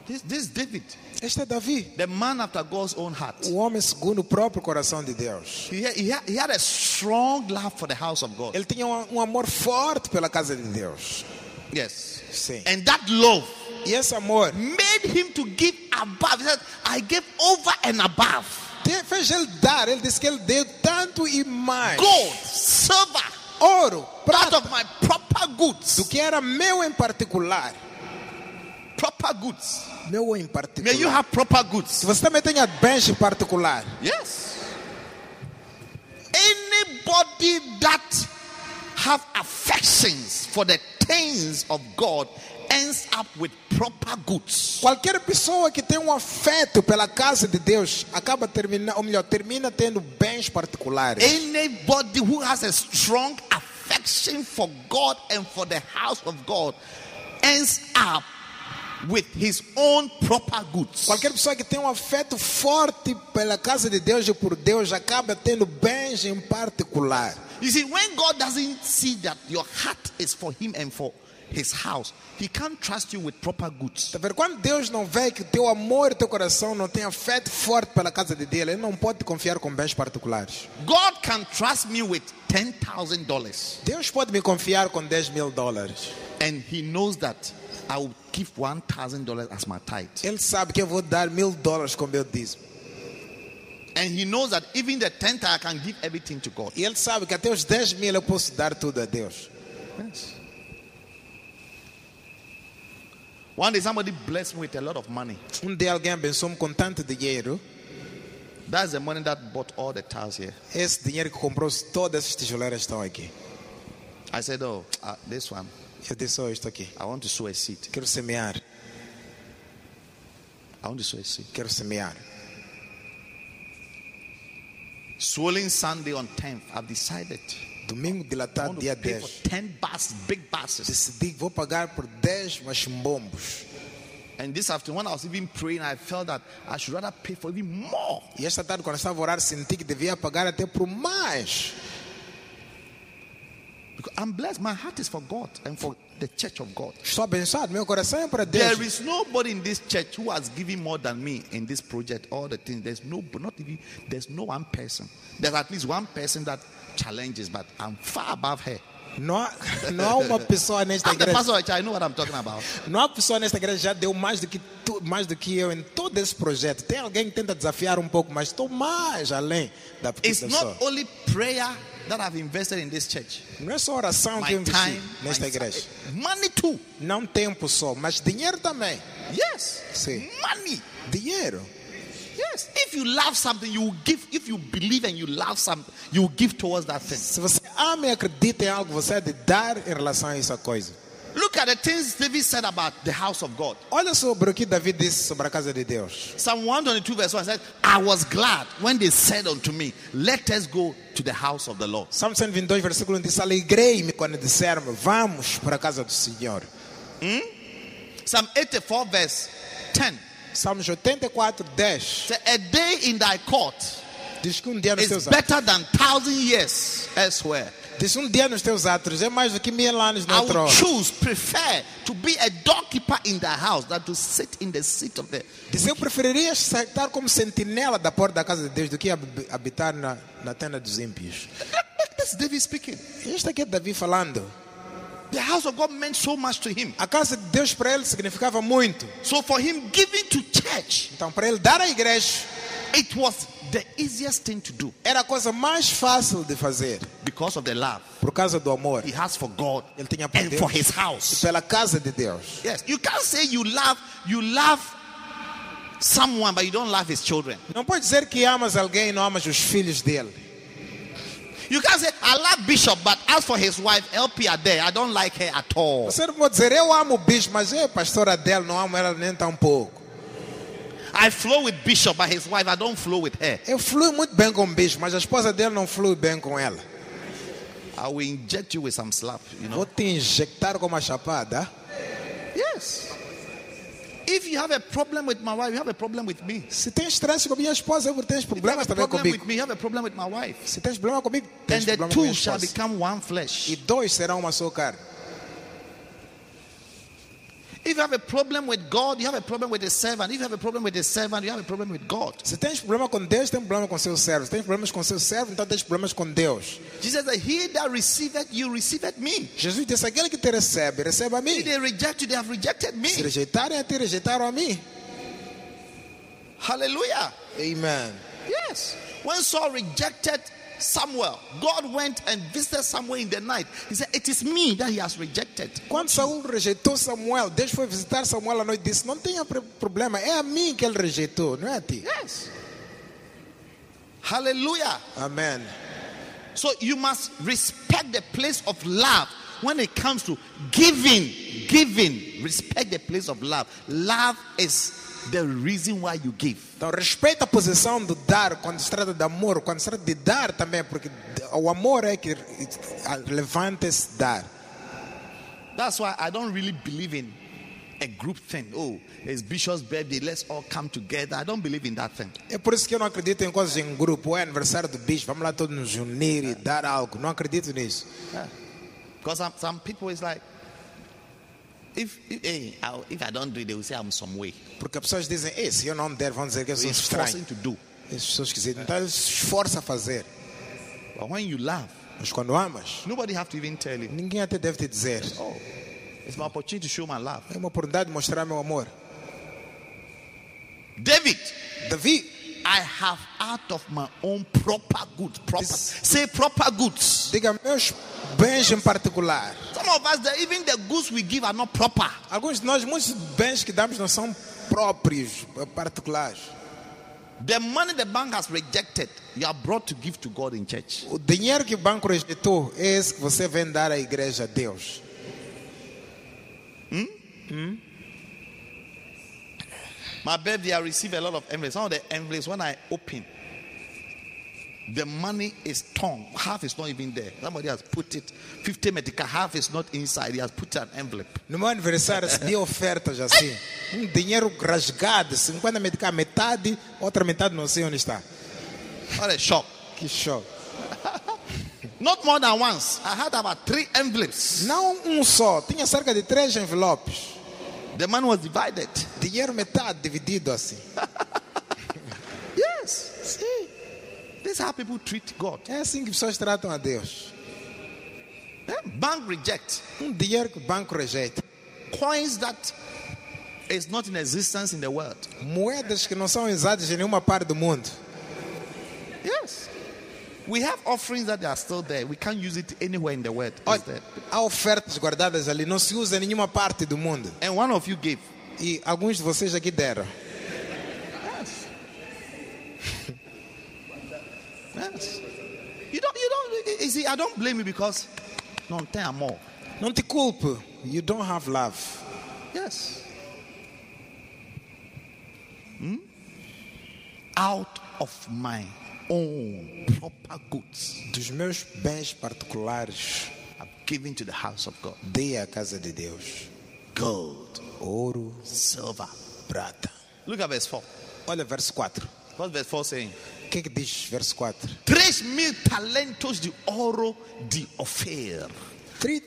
S3: This, this David.
S4: Este é Davi,
S3: The man after God's own heart.
S4: o homem segundo o próprio coração de Deus.
S3: He had, he had- he had a strong love for the house of God.
S4: Ele tinha um, um amor forte pela casa de Deus.
S3: Yes.
S4: Sim.
S3: And that love
S4: E esse amor
S3: made him to give above. He said, I gave over and above.
S4: te- fez ele dar. Ele disse que ele deu tanto e mais.
S3: Gold, silver,
S4: Ouro,
S3: part
S4: prata,
S3: of my proper
S4: do
S3: goods.
S4: que era meu em particular.
S3: Proper goods.
S4: Meu
S3: May
S4: em
S3: you
S4: particular.
S3: have proper goods.
S4: Se você também tenha bens em particular.
S3: Yes. Anybody that have affections for the things of God ends up with proper goods.
S4: Qualquer pessoa que tem um afeto pela casa de Deus acaba terminando, ou melhor, termina tendo bens particulares.
S3: Anybody who has a strong affection for God and for the house of God ends up with his own proper goods.
S4: Qualquer pessoa que tem um afeto forte pela casa de Deus e por Deus acaba tendo bens em particular.
S3: You see, when God doesn't see that your heart is for him and for his house, he can't trust you with proper goods.
S4: Tá vendo? Quando Deus não vê que o teu amor e teu coração não tem afeto forte pela casa de Deus, Ele não pode te confiar com bens particulares.
S3: God can trust me with $10,000
S4: Deus pode me confiar com 10 mil dólares.
S3: and he knows that I will give $1,000 as my tithe.
S4: Ele sabe que eu vou dar mil dólares como eu disse.
S3: And he knows that even the 10th I can give everything to God.
S4: E Ele sabe que até os 10 mil eu posso dar tudo a Deus.
S3: Yes. One day somebody blessed me with a lot of money.
S4: Um dia alguém abençoou-me com tanto dinheiro.
S3: That's the money that bought all the tiles here.
S4: Esse dinheiro que comprou todas essas tijoleiras estão aqui.
S3: I said, Oh, uh, this one,
S4: Eu disse, oh, estou aqui.
S3: I want to sow a seed.
S4: Quero semear,
S3: I want to sow a seed.
S4: quero semear.
S3: Swollen Sunday on 10th, I've decided.
S4: Domingo
S3: I
S4: dilatado,
S3: want to
S4: dia
S3: pay
S4: 10.
S3: for 10 buses, big buses.
S4: Decidi que vou pagar por 10 machimbombos.
S3: And this afternoon, when I was even praying, I felt that I should rather pay for even more.
S4: E esta tarde, quando estava a orar, senti que devia pagar até por mais.
S3: Because I'm blessed. My heart is for God and for the church of God.
S4: Estou abençoado, meu coração é para
S3: There
S4: Deus.
S3: is nobody in this church who has given more than me in this project. All the things. There's no, not even. There's no one person. There's at least one person that challenges, but I'm far above her.
S4: Não há, não há uma pessoa nesta
S3: I'm the
S4: igreja.
S3: pastor. of a church, I know what I'm talking <laughs> about.
S4: Não há pessoa nesta igreja que já deu mais do que tu, mais do que eu em todo esse projeto. Tem alguém que tenta desafiar um pouco, mas estou mais além da
S3: It's
S4: pequena pessoa.
S3: not only prayer that I've invested in this church.
S4: Não é só oração que
S3: My
S4: eu investi
S3: time,
S4: nesta
S3: my
S4: igreja.
S3: money too.
S4: Não tempo só, mas dinheiro também.
S3: Yes.
S4: See.
S3: Money.
S4: Dinheiro.
S3: Yes. If you love something, you will give. If you believe and you love something, you will give towards that thing.
S4: Se você ama e acredita em algo, você é de dar em relação a essa coisa.
S3: Look at the things David said about the house of God.
S4: Olha sobre o que Davi disse sobre a casa de Deus.
S3: Psalm 122, verse 1 says, I was glad when they said unto me, Let us go to the house of the Lord.
S4: Salmo 122, versículo 1 diz: Alegrei-me quando disseram-me, vamos para a casa do Senhor.
S3: Psalm 84, verse 10
S4: Salmos 84, 10
S3: says, A day in thy court
S4: diz que um dia nos
S3: is
S4: teus atos,
S3: better than thousand years elsewhere.
S4: diz um dia nos teus atos é mais do que mil anos
S3: I
S4: na
S3: would
S4: trono.
S3: choose, prefer to be a doorkeeper in thy house than to sit in the seat of the.
S4: Diz eu preferiria estar como sentinela da porta da casa de Deus do que hab- habitar na, na tenda dos ímpios.
S3: That's David speaking.
S4: Este aqui é Davi falando.
S3: The house of God meant so much to him.
S4: A casa de Deus para ele significava muito.
S3: So for him, giving to church,
S4: Então, para ele dar à igreja
S3: it was the easiest thing to do
S4: era a coisa mais fácil de fazer,
S3: because of the love
S4: por causa do amor
S3: he has for God
S4: Ele tinha por
S3: and
S4: Deus.
S3: for his
S4: e
S3: house.
S4: pela casa de Deus.
S3: Yes, you can't say you love you love someone, but you don't love his children.
S4: Não pode dizer que amas alguém e não amas os filhos dele.
S3: You can't say I love Bishop, but as for his wife LP are there, I don't like her at all.
S4: Você não pode dizer eu amo o bispo, mas eu, pastora dele, não amo ela nem tão pouco.
S3: I flow with Bishop, but his wife I don't flow with her.
S4: Eu fluo muito bem com o bispo, mas a esposa dele não flui bem com ela.
S3: I will inject you with some slap, you know.
S4: Vou te injectar com uma chapada.
S3: Yes. If you have a problem with my wife, you have a problem with me.
S4: Se tens estresse com a minha esposa, eu tens
S3: If you have
S4: problemas
S3: a
S4: também
S3: problem
S4: comigo.
S3: with me, you have a problem with my wife.
S4: Se tens problema comigo,
S3: Then
S4: tens
S3: the
S4: problema com a
S3: two
S4: minha
S3: shall
S4: esposa.
S3: become one
S4: E
S3: flesh.
S4: dois serão uma só carne.
S3: If you have a problem with God, you have a problem with the servant. If you have a problem with the servant, you have a problem with God.
S4: Se tens problema com Deus, tem problema com seu servo. Se tens problemas com seu servo, então tens problemas com Deus.
S3: Jesus said, He that receiveth you receiveth me.
S4: Jesus disse: aquele que te recebe, recebe a
S3: If
S4: mim.
S3: they reject you, they have rejected me.
S4: Se rejeitarem a ti, rejeitaram a mim.
S3: Hallelujah.
S4: Amen.
S3: Yes. When Saul rejected Samuel, God went and visited Samuel in the night. He said, It is me that he has rejected.
S4: Quando Saul rejeitou Samuel, Deus foi visitar Samuel à noite e disse: Não tenha pre- problema, é a mim que ele rejeitou, não é a ti.
S3: Yes. Hallelujah.
S4: Amém.
S3: So you must respect the place of love when it comes to giving. Giving. Respect the place of love. Love is the reason why you give.
S4: Então respeita a posição do dar quando se trata de amor, quando se trata de dar também, porque o amor é que levanta esse dar.
S3: That's why I don't really believe in a group thing. Oh, it's Bishop's birthday. Let's all come together. I don't believe in that thing.
S4: É por isso que eu não acredito em coisas em grupo. É aniversário do bicho, vamos lá todos nos unir e dar algo. Não acredito nisso.
S3: Because some, some people is like, if if, eh, I, if I don't do it, they will say I'm some way.
S4: Porque as pessoas dizem, Ei, se eu não der, vão dizer que eu sou um
S3: It's forcing
S4: estranho.
S3: to do.
S4: Essas pessoas esquisitas. Então eles se esforça a fazer.
S3: But when you love,
S4: Mas quando amas,
S3: nobody have to even tell you.
S4: ninguém até deve te dizer.
S3: Oh, it's my opportunity to show my love.
S4: É uma oportunidade de mostrar meu amor.
S3: David,
S4: Davi,
S3: I have out of my own proper good. Proper.
S4: This-
S3: Say proper goods.
S4: diga meus bens em particular.
S3: Some of us, the, even the goods we give are not proper.
S4: Alguns de nós, muitos bens que damos não são próprios, eh, particulares.
S3: The money the bank has rejected, you are brought to give to God in church.
S4: O dinheiro que o banco rejeitou é esse que você vem dar à igreja a Deus.
S3: My birthday, I receive a lot of envelopes. Some of the envelopes, when I open, the money is torn. Half is not even there. Somebody has put it. 50 metrica, half is not inside. He has put an envelope.
S4: No meu aniversário recebi <laughs> ofertas assim. Um dinheiro rasgado, 50 meticais, metade, outra metade não sei onde está.
S3: What a shock.
S4: Que show.
S3: Not more than once. I had about three envelopes.
S4: Não um só, tinha cerca de três envelopes.
S3: The money was divided.
S4: Dinheiro metade dividido assim.
S3: Yes. See, this is how people treat God.
S4: É assim que pessoas tratam a Deus.
S3: Eh, Bank reject
S4: Um dinheiro que o banco rejeita.
S3: coins that is not in existence in the world.
S4: Moedas que não são usadas em nenhuma parte do mundo.
S3: Yes. We have offerings that are still there. We can't use it anywhere in the world. It's
S4: Olha,
S3: there.
S4: há ofertas guardadas ali, não se usa em nenhuma parte do mundo.
S3: And one of you gave.
S4: E alguns de vocês aqui deram.
S3: <laughs> Yes. You don't, you don't, you see, I don't blame you because non te amo.
S4: Não te culpe. You don't have love.
S3: Yes. Hmm? Out of my own proper goods,
S4: Dos meus bens particulares,
S3: I've given to the house of God
S4: dei à casa de Deus
S3: gold,
S4: ouro,
S3: silver.
S4: prata.
S3: Look at verse 4.
S4: Olha verso 4.
S3: What's verse 4 saying?
S4: O que é que diz verso 4?
S3: 3,000 talentos de ouro de Ophir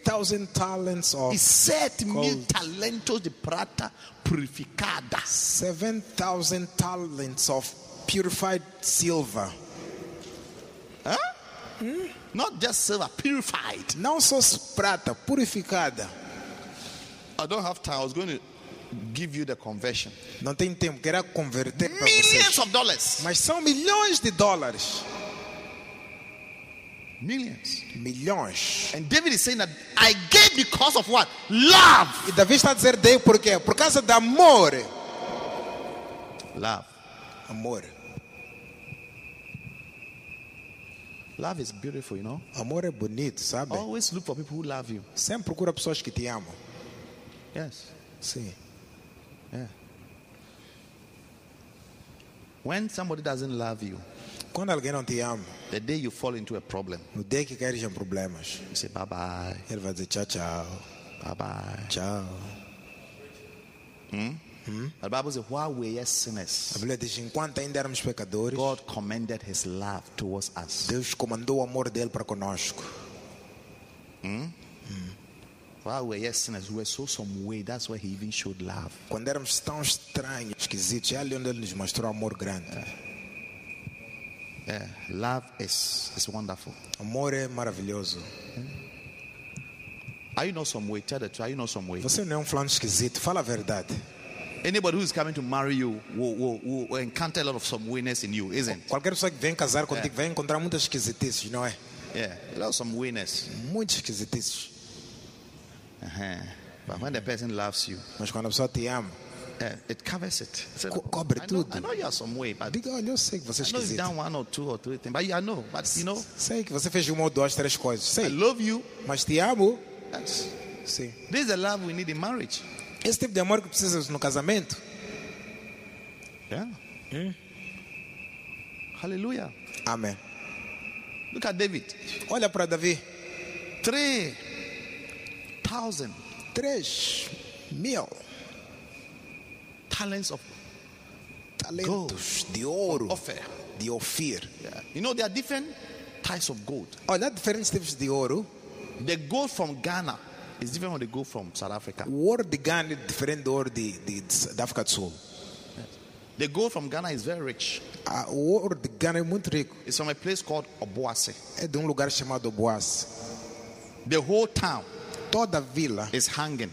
S4: thousand talents
S3: e
S4: of
S3: 7 mil
S4: Gold.
S3: talentos de prata purificada.
S4: 7,000 talents of purified silver.
S3: Not just silver, purified.
S4: Não só prata, purificada.
S3: I don't have time. I was going to give you the conversion.
S4: Não tem tempo, quero converter para vocês.
S3: Millions of dollars.
S4: Mas são milhões de dólares.
S3: Millions.
S4: Milhões.
S3: And David is saying that I gave because of what? Love.
S4: E Davi está a dizer, dei por quê? Por causa do amor.
S3: Love.
S4: Amor.
S3: Love is beautiful, you know.
S4: Amor é bonito, sabe?
S3: Always look for people who love you.
S4: Sempre procura pessoas que te amam.
S3: Yes.
S4: Sim.
S3: Yeah. When somebody doesn't love you,
S4: Quando alguém não te ama,
S3: the day you fall into a problem,
S4: no dia que queres em problemas,
S3: you say bye bye,
S4: ele vai dizer tchau, tchau,
S3: bye bye.
S4: tchau.
S3: The Bible says, while we were
S4: A
S3: sinners,
S4: Bíblia diz: enquanto ainda éramos pecadores,
S3: God commended his love towards us.
S4: Deus comandou o amor dele para conosco.
S3: While we were yet sinners, we were so some way. That's why he even showed love.
S4: Quando éramos tão estranhos, esquisitos, é ali onde ele nos mostrou amor grande.
S3: Yeah. Love is, is wonderful.
S4: Amor é maravilhoso.
S3: Are you not some way? Tell the truth. Are you not some way?
S4: Você não é um fulano esquisito, fala a verdade.
S3: Anybody who's coming to marry you will, will, will- will encounter a lot of some weirness in you, isn't it?
S4: Qualquer pessoa que vem casar contigo vai encontrar muitas esquisitices, não é?
S3: Yeah, a lot of some weirness.
S4: Muitos esquisitices.
S3: Uh-huh. But when the person loves you,
S4: Mas quando a pessoa te ama,
S3: yeah, it covers it. So,
S4: Co- cobre
S3: I know,
S4: tudo.
S3: I know you are some way, but
S4: diga: olha, eu sei que você é
S3: I know you've
S4: esquisito.
S3: done one or two or three things. But yeah, I know, but you know,
S4: Sei que você fez uma ou duas, três coisas.
S3: I
S4: Sei.
S3: love you.
S4: Mas te amo.
S3: Yes.
S4: Sim.
S3: This is the love we need in marriage.
S4: Esse tipo de amor que precisas no casamento.
S3: Yeah. Hallelujah.
S4: Amém.
S3: Look at David.
S4: Olha para Davi.
S3: Three thousand
S4: Três mil
S3: talents of
S4: talentos de ouro
S3: offer.
S4: de Ofir.
S3: Yeah. You know, there are different types of gold.
S4: Olha, há diferentes tipos de ouro.
S3: The gold from Ghana is different from the gold from South Africa.
S4: O ouro de Ghana é diferente do ouro de, de- de- da África do Sul.
S3: The gold from Ghana is very rich.
S4: Ah, O ouro de Ghana é muito rico.
S3: It's from a place called Obuasi.
S4: É de um lugar chamado Boas.
S3: The whole town
S4: Toda a vila,
S3: is hanging.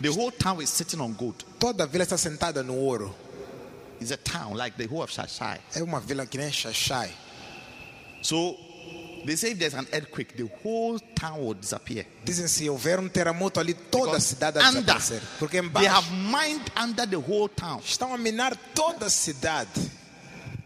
S3: The whole town is sitting on gold.
S4: toda a vila está sentada no ouro.
S3: It's a town like the whole of Shashai.
S4: É uma vila que nem Xaxai.
S3: So they say if there's an earthquake, the whole town will disappear.
S4: Dizem se houver um terremoto ali, toda a eh,
S3: Because
S4: cidade vai
S3: under,
S4: desaparecer. Porque é
S3: they
S4: embaixo
S3: have mined under the whole town.
S4: estão a minar toda a cidade.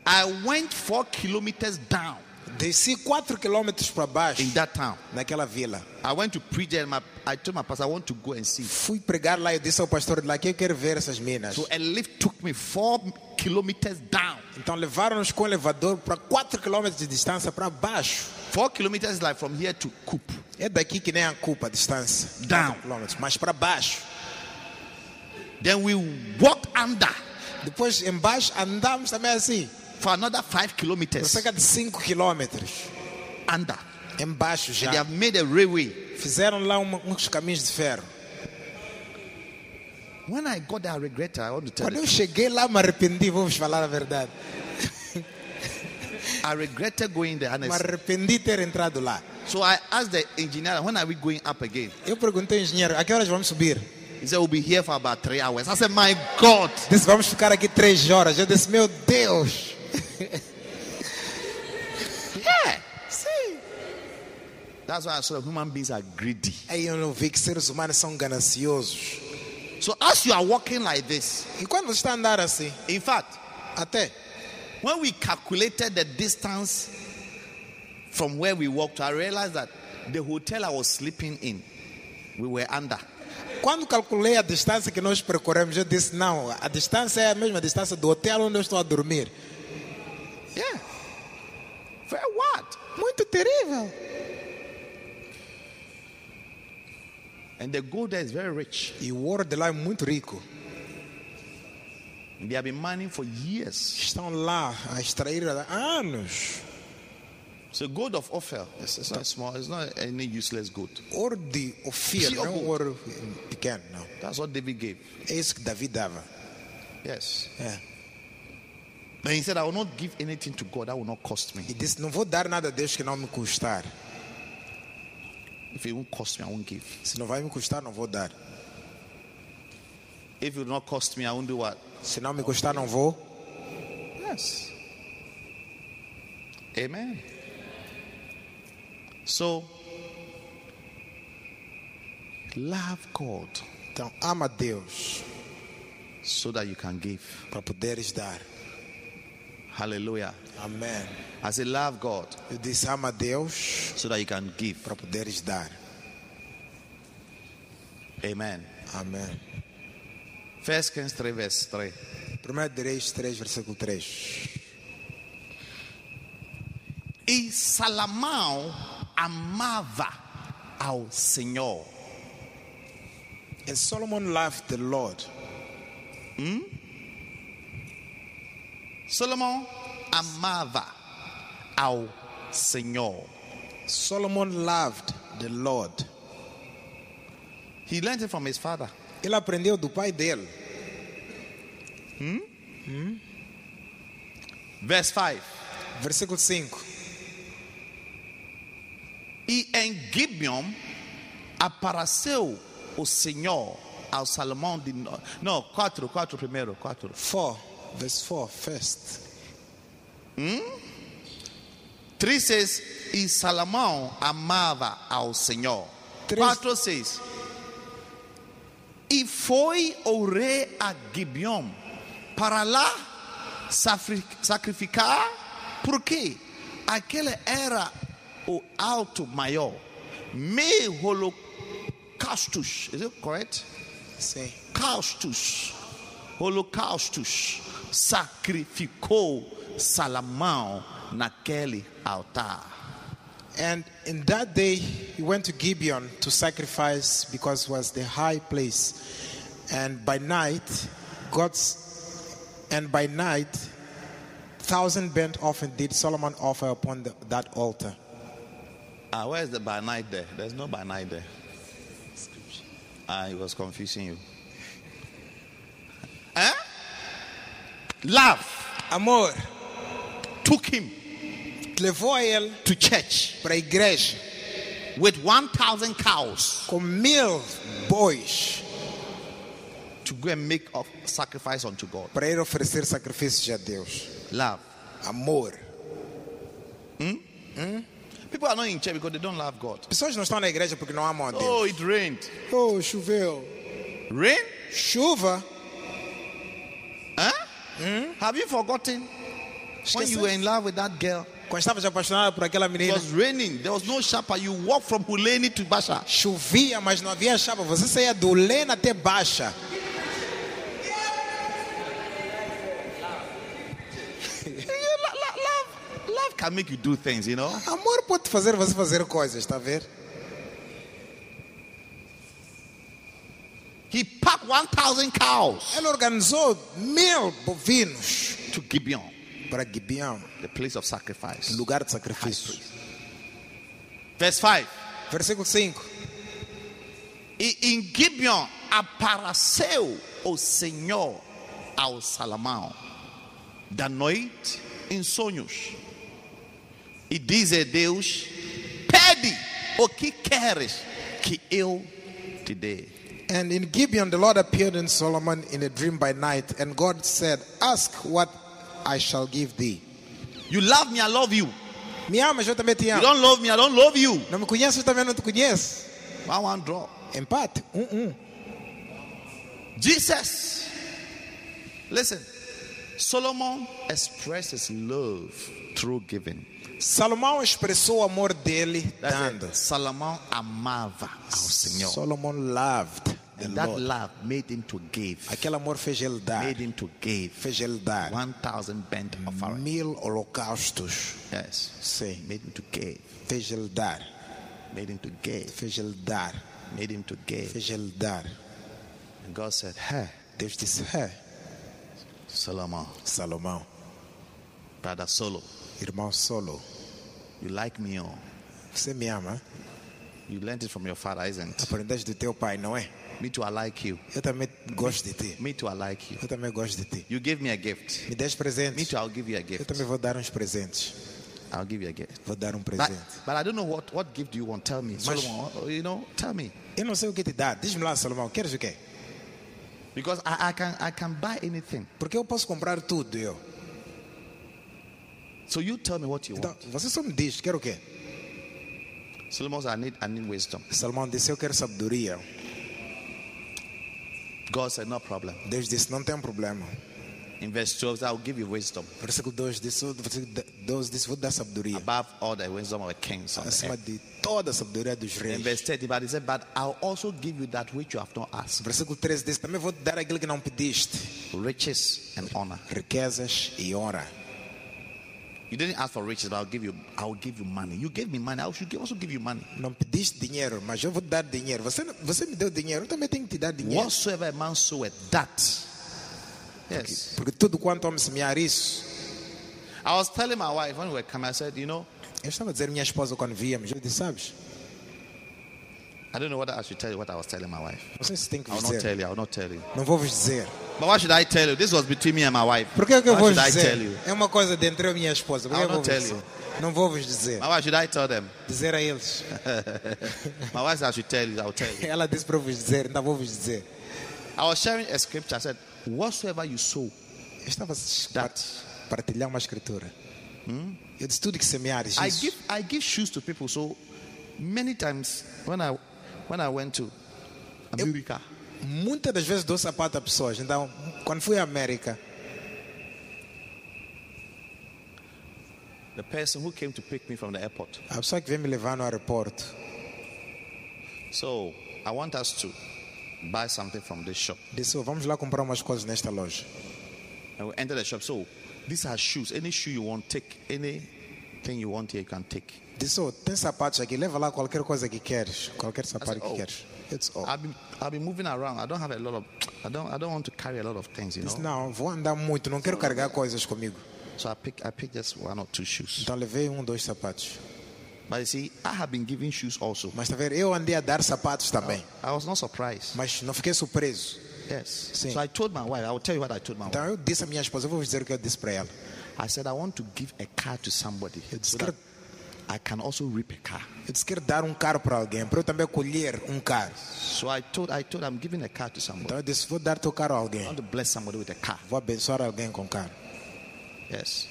S3: I went four kilometers down
S4: Desci 4 quilômetros para baixo,
S3: in that town.
S4: naquela vila.
S3: I went to preach there. and My, I told my pastor, I want to go and see.
S4: Fui pregar lá e eu disse ao pastor de lá que eu quero ver essas minas.
S3: So a lift took me four kilometers down.
S4: Então levaram-nos com o elevador para 4 quilômetros de distância para baixo.
S3: Four kilometers is like from here to Coop.
S4: É daqui que nem a culpa a distância.
S3: Down.
S4: 4 quilômetros, mas para baixo.
S3: Then we walked under
S4: Depois embaixo andamos também assim,
S3: for another five
S4: por
S3: kilometers.
S4: cerca de 5 quilômetros.
S3: Under.
S4: Embaixo
S3: They
S4: já.
S3: have made a railway.
S4: Fizeram lá uma- uns caminhos de ferro.
S3: When I got there, I regret it. I want to tell
S4: Quando eu
S3: you.
S4: cheguei lá me arrependi, vou-vos falar a verdade.
S3: I regretted going there. And I
S4: Me
S3: s-
S4: arrependi de ter entrado lá.
S3: so I asked the engineer, when are we going up again?
S4: Eu perguntei ao engenheiro, a que horas vamos subir?
S3: He said, we'll be here for about three hours. I said, my God.
S4: Disse, vamos ficar aqui três horas. Eu disse, meu Deus.
S3: Yeah.
S4: Sim.
S3: That's why I said human beings are greedy.
S4: Aí eu não vi que seres humanos são gananciosos.
S3: So as you are walking like this,
S4: E quando você está a andar assim,
S3: in fact,
S4: até
S3: When we calculated the distance from where we walked, I realized that the hotel I was sleeping in, we were under.
S4: quando calculei a distância que nós percorremos, eu disse, não, a distância é a mesma distância do hotel onde eu estou a dormir.
S3: Yeah. Very what?
S4: Muito terrível.
S3: And the gold there is very rich.
S4: E o ouro de lá é muito rico.
S3: They have been mining for years.
S4: Estão lá a extrair há anos.
S3: So gold of Ophel, it's, it's not small, it's not any useless gold.
S4: Ouro de Ofir,
S3: Pure
S4: não
S3: gold.
S4: ouro pequeno, não.
S3: That's what David gave.
S4: É isso que Davi dava.
S3: Yes.
S4: É.
S3: But he said, I will not give anything to God that will not cost me.
S4: E disse, não vou dar nada a Deus que não me custar.
S3: If it won't cost me, I won't give.
S4: Se não vai me custar, não vou dar.
S3: If it will not cost me, I won't do what?
S4: Se não me custar, não vou.
S3: Yes. Amen. So, love God
S4: Então, ama Deus
S3: so that you can give.
S4: para poderes dar.
S3: Hallelujah.
S4: Amém.
S3: I say, love God
S4: Eu disse, ama Deus
S3: so that you can give.
S4: para poderes dar.
S3: Amen.
S4: Amém.
S3: First Kings 3, verse 3.
S4: 1 Reis 3, versículo 3.
S3: E Salomão amava ao Senhor.
S4: And Solomon loved the Lord.
S3: Salomão amava ao Senhor.
S4: Solomon loved the Lord.
S3: He learned it from his father.
S4: Ele aprendeu do pai dele.
S3: Verse 5.
S4: Versículo 5.
S3: E em Gibeon apareceu o Senhor ao Salomão de no... Não, quatro, quatro primeiro, quatro.
S4: 4. Verse 4. First.
S3: Três seis, e Salomão amava ao Senhor.
S4: Três.
S3: Quatro seis. E foi o rei a Gibeon para lá safri- sacrificar, porque aquele era o alto maior. Meio holocaustos, is it correct?
S4: Sim.
S3: holocaustos, holocaustos, sacrificou Salomão naquele altar.
S4: And in that day, he went to Gibeon to sacrifice because it was the high place. And by night, God's and by night, thousand burnt offering did Solomon offer upon the, that altar.
S3: Ah, where's the by night there? There's no by night there. Ah, he was confusing you. Huh? Eh? Love
S4: Amor
S3: took him
S4: levou a ele
S3: to church
S4: para a igreja
S3: with 1,000 cows
S4: com mil bois
S3: to go and make a sacrifice unto God.
S4: para ele oferecer sacrifícios a Deus.
S3: Love.
S4: Amor.
S3: People are not in church because they don't love God.
S4: Pessoas não estão na igreja porque não amam a Deus.
S3: Oh, it rained.
S4: Oh, choveu.
S3: Rain? Eh?
S4: Chuva.
S3: Huh? Have you Hmm? forgotten When you were in love with that girl,
S4: Quando estavas apaixonada por aquela
S3: it
S4: menina,
S3: was raining. There was no sharper. You walked from Huleni to Basha.
S4: chovia, mas não havia chapa. Você saía do Lena até Baixa.
S3: You lo- lo- Love, love can make you do things, you know.
S4: Amor pode fazer você fazer coisas, está a ver?
S3: He packed 1,000 cows
S4: Ele organizou mil bovinos
S3: to Gibeon,
S4: para Gibeão,
S3: the place of sacrifice.
S4: lugar de sacrifício.
S3: Verse 5.
S4: Versículo 5.
S3: E em Gibeon apareceu o Senhor ao Salomão da noite em sonhos e diz a Deus: Pede o que queres que eu te dê.
S4: And in Gibeon, the Lord appeared in Solomon in a dream by night, and God said, Ask what I shall give thee.
S3: You love me, I love you.
S4: Me amas, eu também te
S3: You
S4: amo.
S3: don't love me, I don't love you.
S4: Não me conheces, eu também não te conheço.
S3: One one draw.
S4: Empate. Um, um.
S3: Jesus. Listen. Solomon expressed his love through giving.
S4: Salomão expressou o amor dele
S3: That's
S4: dando.
S3: it. Salomão amava ao Senhor.
S4: Solomon loved the
S3: And that
S4: Lord.
S3: love made him to give.
S4: Aquele amor fez ele dar.
S3: Made him to give.
S4: Fez ele dar.
S3: 1,000 burnt offering.
S4: Mil holocaustos.
S3: Yes.
S4: Sim.
S3: Made him to give.
S4: Fez ele dar.
S3: Made him to give.
S4: Fez ele dar.
S3: Made him to give.
S4: Fez ele dar.
S3: And God said, Hey,
S4: Deus disse, é,
S3: Solomon,
S4: Salomão,
S3: brother Solo,
S4: irmão solo,
S3: you like me or
S4: você me ama?
S3: you learned it from your father, isn't it?
S4: Aprendeste do teu pai, não é?
S3: Me too, I like you.
S4: Eu também gosto de ti.
S3: Me too, I like you.
S4: Eu também gosto de ti.
S3: You gave me a gift.
S4: Me des
S3: Me
S4: presentes.
S3: too, I'll give you a
S4: Eu
S3: gift.
S4: também vou dar uns presentes.
S3: I'll give you a gift.
S4: Vou dar um
S3: But,
S4: presente.
S3: but I don't know what, what gift do you want. Tell me.
S4: Mas-
S3: Solomon, what- oh, you know, tell me.
S4: Eu não sei o que te dá. Diz-me lá, Salomão, queres o quê?
S3: Because I, I can I can buy anything.
S4: Porque eu posso comprar tudo, eu.
S3: So you tell me what you
S4: Então,
S3: want.
S4: você só me diz, quero o quê?
S3: Solomon said, I need I need wisdom.
S4: Salomão disse, eu quero sabedoria.
S3: God said, No problem.
S4: Deus disse, não tem problema.
S3: In verse 12, I'll give you wisdom
S4: Versículo 2 disse, versículo 12 disse, vou dar sabedoria.
S3: above all the wisdom of the kings. on the
S4: Acima
S3: earth."
S4: de toda a sabedoria dos
S3: In
S4: reis.
S3: verse 30, but he said, But I'll also give you that which you have not asked
S4: Versículo 13 diz: Também vou te dar aquilo que não pediste,
S3: riches and honor.
S4: riquezas e honra.
S3: You didn't ask for riches, but I'll give you I'll give you money. You gave me money, I should give, also give you money.
S4: Não pediste dinheiro, mas eu vou te dar dinheiro. Você, não- você me deu dinheiro, eu também tenho que te dar dinheiro.
S3: Whatsoever a man soweth, that. Yes.
S4: Porque tudo quanto homem semear isso.
S3: I was telling my wife when we were coming, I said, You know,
S4: Eu estava a dizer à minha esposa quando víamos, eu disse: Sabes,
S3: I don't know whether I should tell you what I was telling my wife.
S4: não sei se tem que
S3: I'll
S4: vos
S3: not
S4: dizer.
S3: tell you, I'll not tell you.
S4: Não vou vos dizer.
S3: But why should I tell you? This was between me and my wife.
S4: Por que é que eu
S3: why
S4: vou
S3: should I
S4: dizer?
S3: tell you?
S4: É uma coisa de entre eu e minha esposa. Por que
S3: I'll
S4: eu vou
S3: not
S4: vos
S3: tell
S4: dizer? Não vou vos dizer.
S3: My wife, should I tell them?
S4: Dizer a eles. <laughs>
S3: My wife said I should tell you, I'll tell you.
S4: Ela disse para vos dizer, ainda vou vos dizer.
S3: I was sharing a scripture. I said, Whatsoever you sow,
S4: Eu estava a
S3: that
S4: partilhar uma escritura. Eu disse: Tudo que semeares
S3: Hum? I
S4: isso.
S3: give I give shoes to people. So many times when I when I went to America,
S4: Muitas das vezes dou sapato a pessoas. Então, quando fui à América,
S3: the person who came to pick me from the airport.
S4: a pessoa que veio me levar no aeroporto,
S3: So I want us to buy something from this shop.
S4: disse: "Oh, Vamos lá comprar umas coisas nesta loja.
S3: And we entered the shop. So these are shoes. Any shoe you want, take anything you want here, you can take.
S4: Disse: oh, Tem sapatos aqui, leva lá qualquer coisa que queres. Qualquer sapato
S3: said, "Oh."
S4: que queres. Eu disse: oh.
S3: I've been I've been moving around. I don't have a lot of I don't I don't want to carry a lot of things, you
S4: Disse,
S3: know.
S4: Não, vou andar muito, não quero carregar coisas comigo.
S3: So I pick I pick just one or two shoes.
S4: Então, levei um, dois sapatos.
S3: But you see, I have been giving shoes also.
S4: Mas, tá vendo? Eu andei a dar sapatos também.
S3: I was not surprised.
S4: Mas não fiquei surpreso.
S3: Yes.
S4: Sim.
S3: So I told my wife, I will tell you what I told my
S4: Então,
S3: wife.
S4: eu disse à minha esposa: Eu vou dizer o que eu disse para ela.
S3: I said, I want to give a car to somebody
S4: It's
S3: so
S4: good.
S3: that I can also reap a car.
S4: Eu disse: Quero dar um carro para alguém, para eu também colher um carro.
S3: So I told, I told, I'm giving a car to somebody.
S4: Então, eu disse: Vou dar teu carro a
S3: I
S4: alguém.
S3: want to bless somebody with a car.
S4: Vou abençoar alguém com carro.
S3: Yes.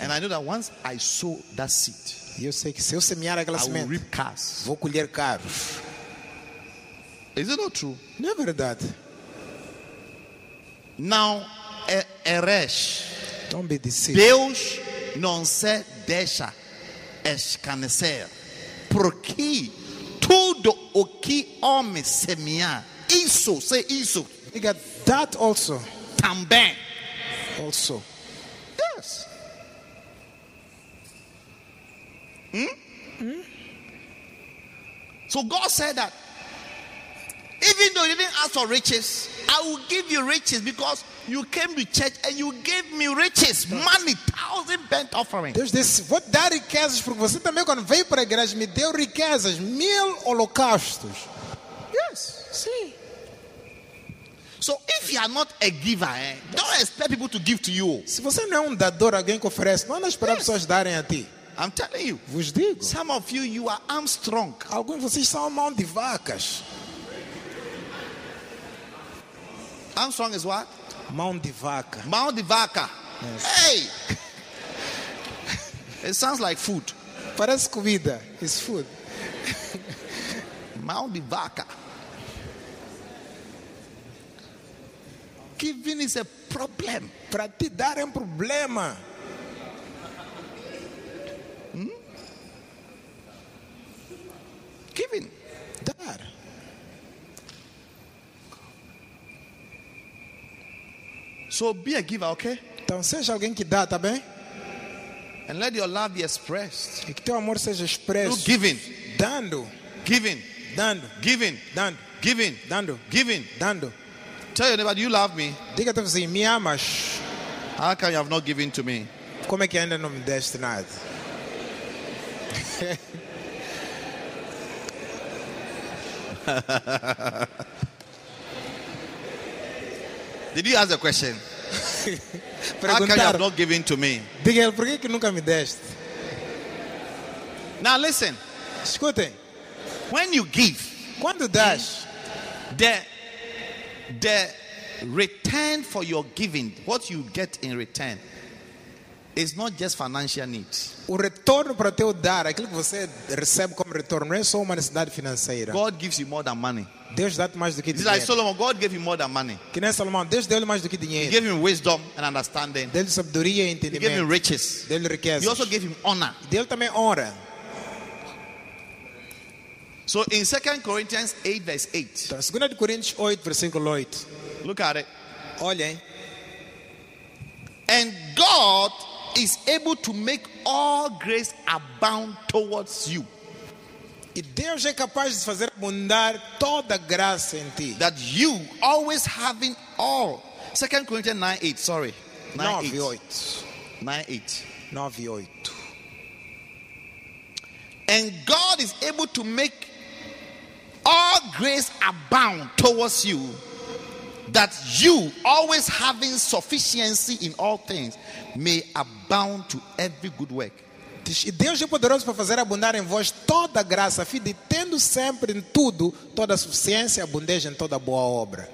S3: And I know that once I sow that seed,
S4: E eu sei que se eu semear aquela
S3: I will
S4: semente,
S3: reap cars.
S4: vou colher caros.
S3: Is it not true?
S4: Não é verdade?
S3: Não é, é res.
S4: Então obedeci.
S3: Deus não se deixa escarnecer, porque tudo o que homem semear, isso, se isso
S4: Look at that also.
S3: também.
S4: Also.
S3: Yes. Hmm? So God said that even though you didn't ask for riches, I will give you riches because you came to church and you gave me riches, money, thousand burnt offering.
S4: Deus disse: Vou te dar riquezas, porque você também, quando veio para a igreja, me deu riquezas, mil holocaustos.
S3: Yes. See. So if you are not a giver, eh, don't expect people to give to you.
S4: Se você não é um dador, alguém que oferece, não é anda esperando
S3: Yes.
S4: pessoas darem a ti.
S3: I'm telling you.
S4: Vos digo:
S3: Some of you, you are Armstrong.
S4: alguns de vocês são mão de vacas.
S3: Armstrong is what?
S4: Mão de vaca.
S3: Mount the Vaca. Hey! <laughs> it sounds like food.
S4: Parece comida. It's food.
S3: Mount the Vaca. Giving is a problem.
S4: Para te dar é um problema.
S3: Giving.
S4: Dar.
S3: So be a giver, okay?
S4: Então seja alguém que dá, tá bem?
S3: And let your love be expressed.
S4: E que teu amor seja
S3: Through
S4: expresso.
S3: giving,
S4: Dando,
S3: giving,
S4: dando,
S3: giving,
S4: dando,
S3: giving,
S4: dando,
S3: giving.
S4: dando.
S3: Tell your neighbor, do you love me?
S4: Diga teu vizinho, me amas.
S3: How come you have not given to me?
S4: Como é que ainda não me deste nada?
S3: Did you ask a question? How come you have
S4: Perguntaram.
S3: not given to me?
S4: Diga ele, por que, que nunca me deste?
S3: Now listen,
S4: Escutem,
S3: when you give,
S4: quando das,
S3: the the return for your giving what you get in return is not just financial needs
S4: o retorno para teu dar, aquilo que você recebe como retorno, não é só uma necessidade financeira.
S3: god gives you more than money
S4: Deus dá-te mais do que
S3: it's like
S4: dinheiro.
S3: solomon god gave him more than money
S4: Que nem Salomão, Deus deu-lhe mais do que
S3: he
S4: dinheiro.
S3: gave him wisdom and understanding
S4: Deu-lhe sabedoria e
S3: he gave him
S4: entendimento.
S3: riches
S4: Deu-lhe
S3: he
S4: riqueza.
S3: also gave him honor
S4: Deu-lhe também honra.
S3: so in 2 corinthians 8 verse 8
S4: Então, 2 de Coríntios 8, versículo 8.
S3: look at it
S4: Olhem,
S3: and god is able to make all grace abound towards you
S4: e Deus é capaz de fazer abundar toda a graça em ti.
S3: that you always having all 2 corinthians 9 8 sorry 9
S4: 9 e
S3: 8
S4: 8.
S3: 9 8.
S4: 9 e 8.
S3: And God is able to make all grace abound towards you, that you, always having sufficiency in all things, may abound to every good work.
S4: Diz, E Deus é poderoso para fazer abundar em vós toda a graça, a fim de tendo sempre em tudo toda a suficiência e abundância em toda boa obra.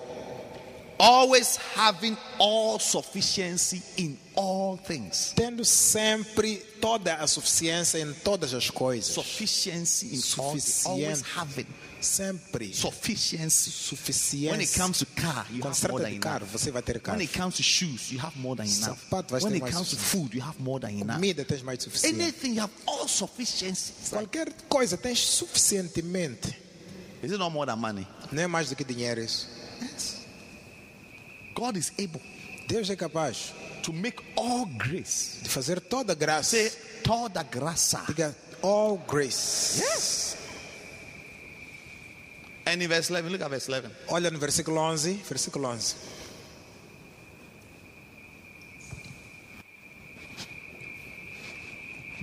S3: Always having all sufficiency in all things.
S4: Tendo sempre toda a suficiência em todas as coisas.
S3: Sufficiency in all things. Always having
S4: Sempre.
S3: sufficiency. When it
S4: Suficiência.
S3: comes to car, you
S4: Quando
S3: have
S4: se
S3: more
S4: trata
S3: than
S4: de
S3: enough.
S4: carro, você vai ter carro.
S3: When it comes to shoes, you have more than enough.
S4: Sapato vai ter
S3: When it
S4: mais
S3: comes to
S4: suficiente.
S3: food, you have more than enough.
S4: Comida tens mais de suficiente.
S3: Anything you have all sufficiency.
S4: Qualquer coisa tens suficientemente.
S3: Is it not more than money?
S4: Não é mais do que dinheiro isso.
S3: Yes. God is able
S4: Deus é capaz
S3: to make all grace.
S4: de fazer toda a graça.
S3: Say toda graça.
S4: Diga all grace.
S3: Yes. And in verse 11, look at verse 11.
S4: Olha no versículo 11, versículo 11.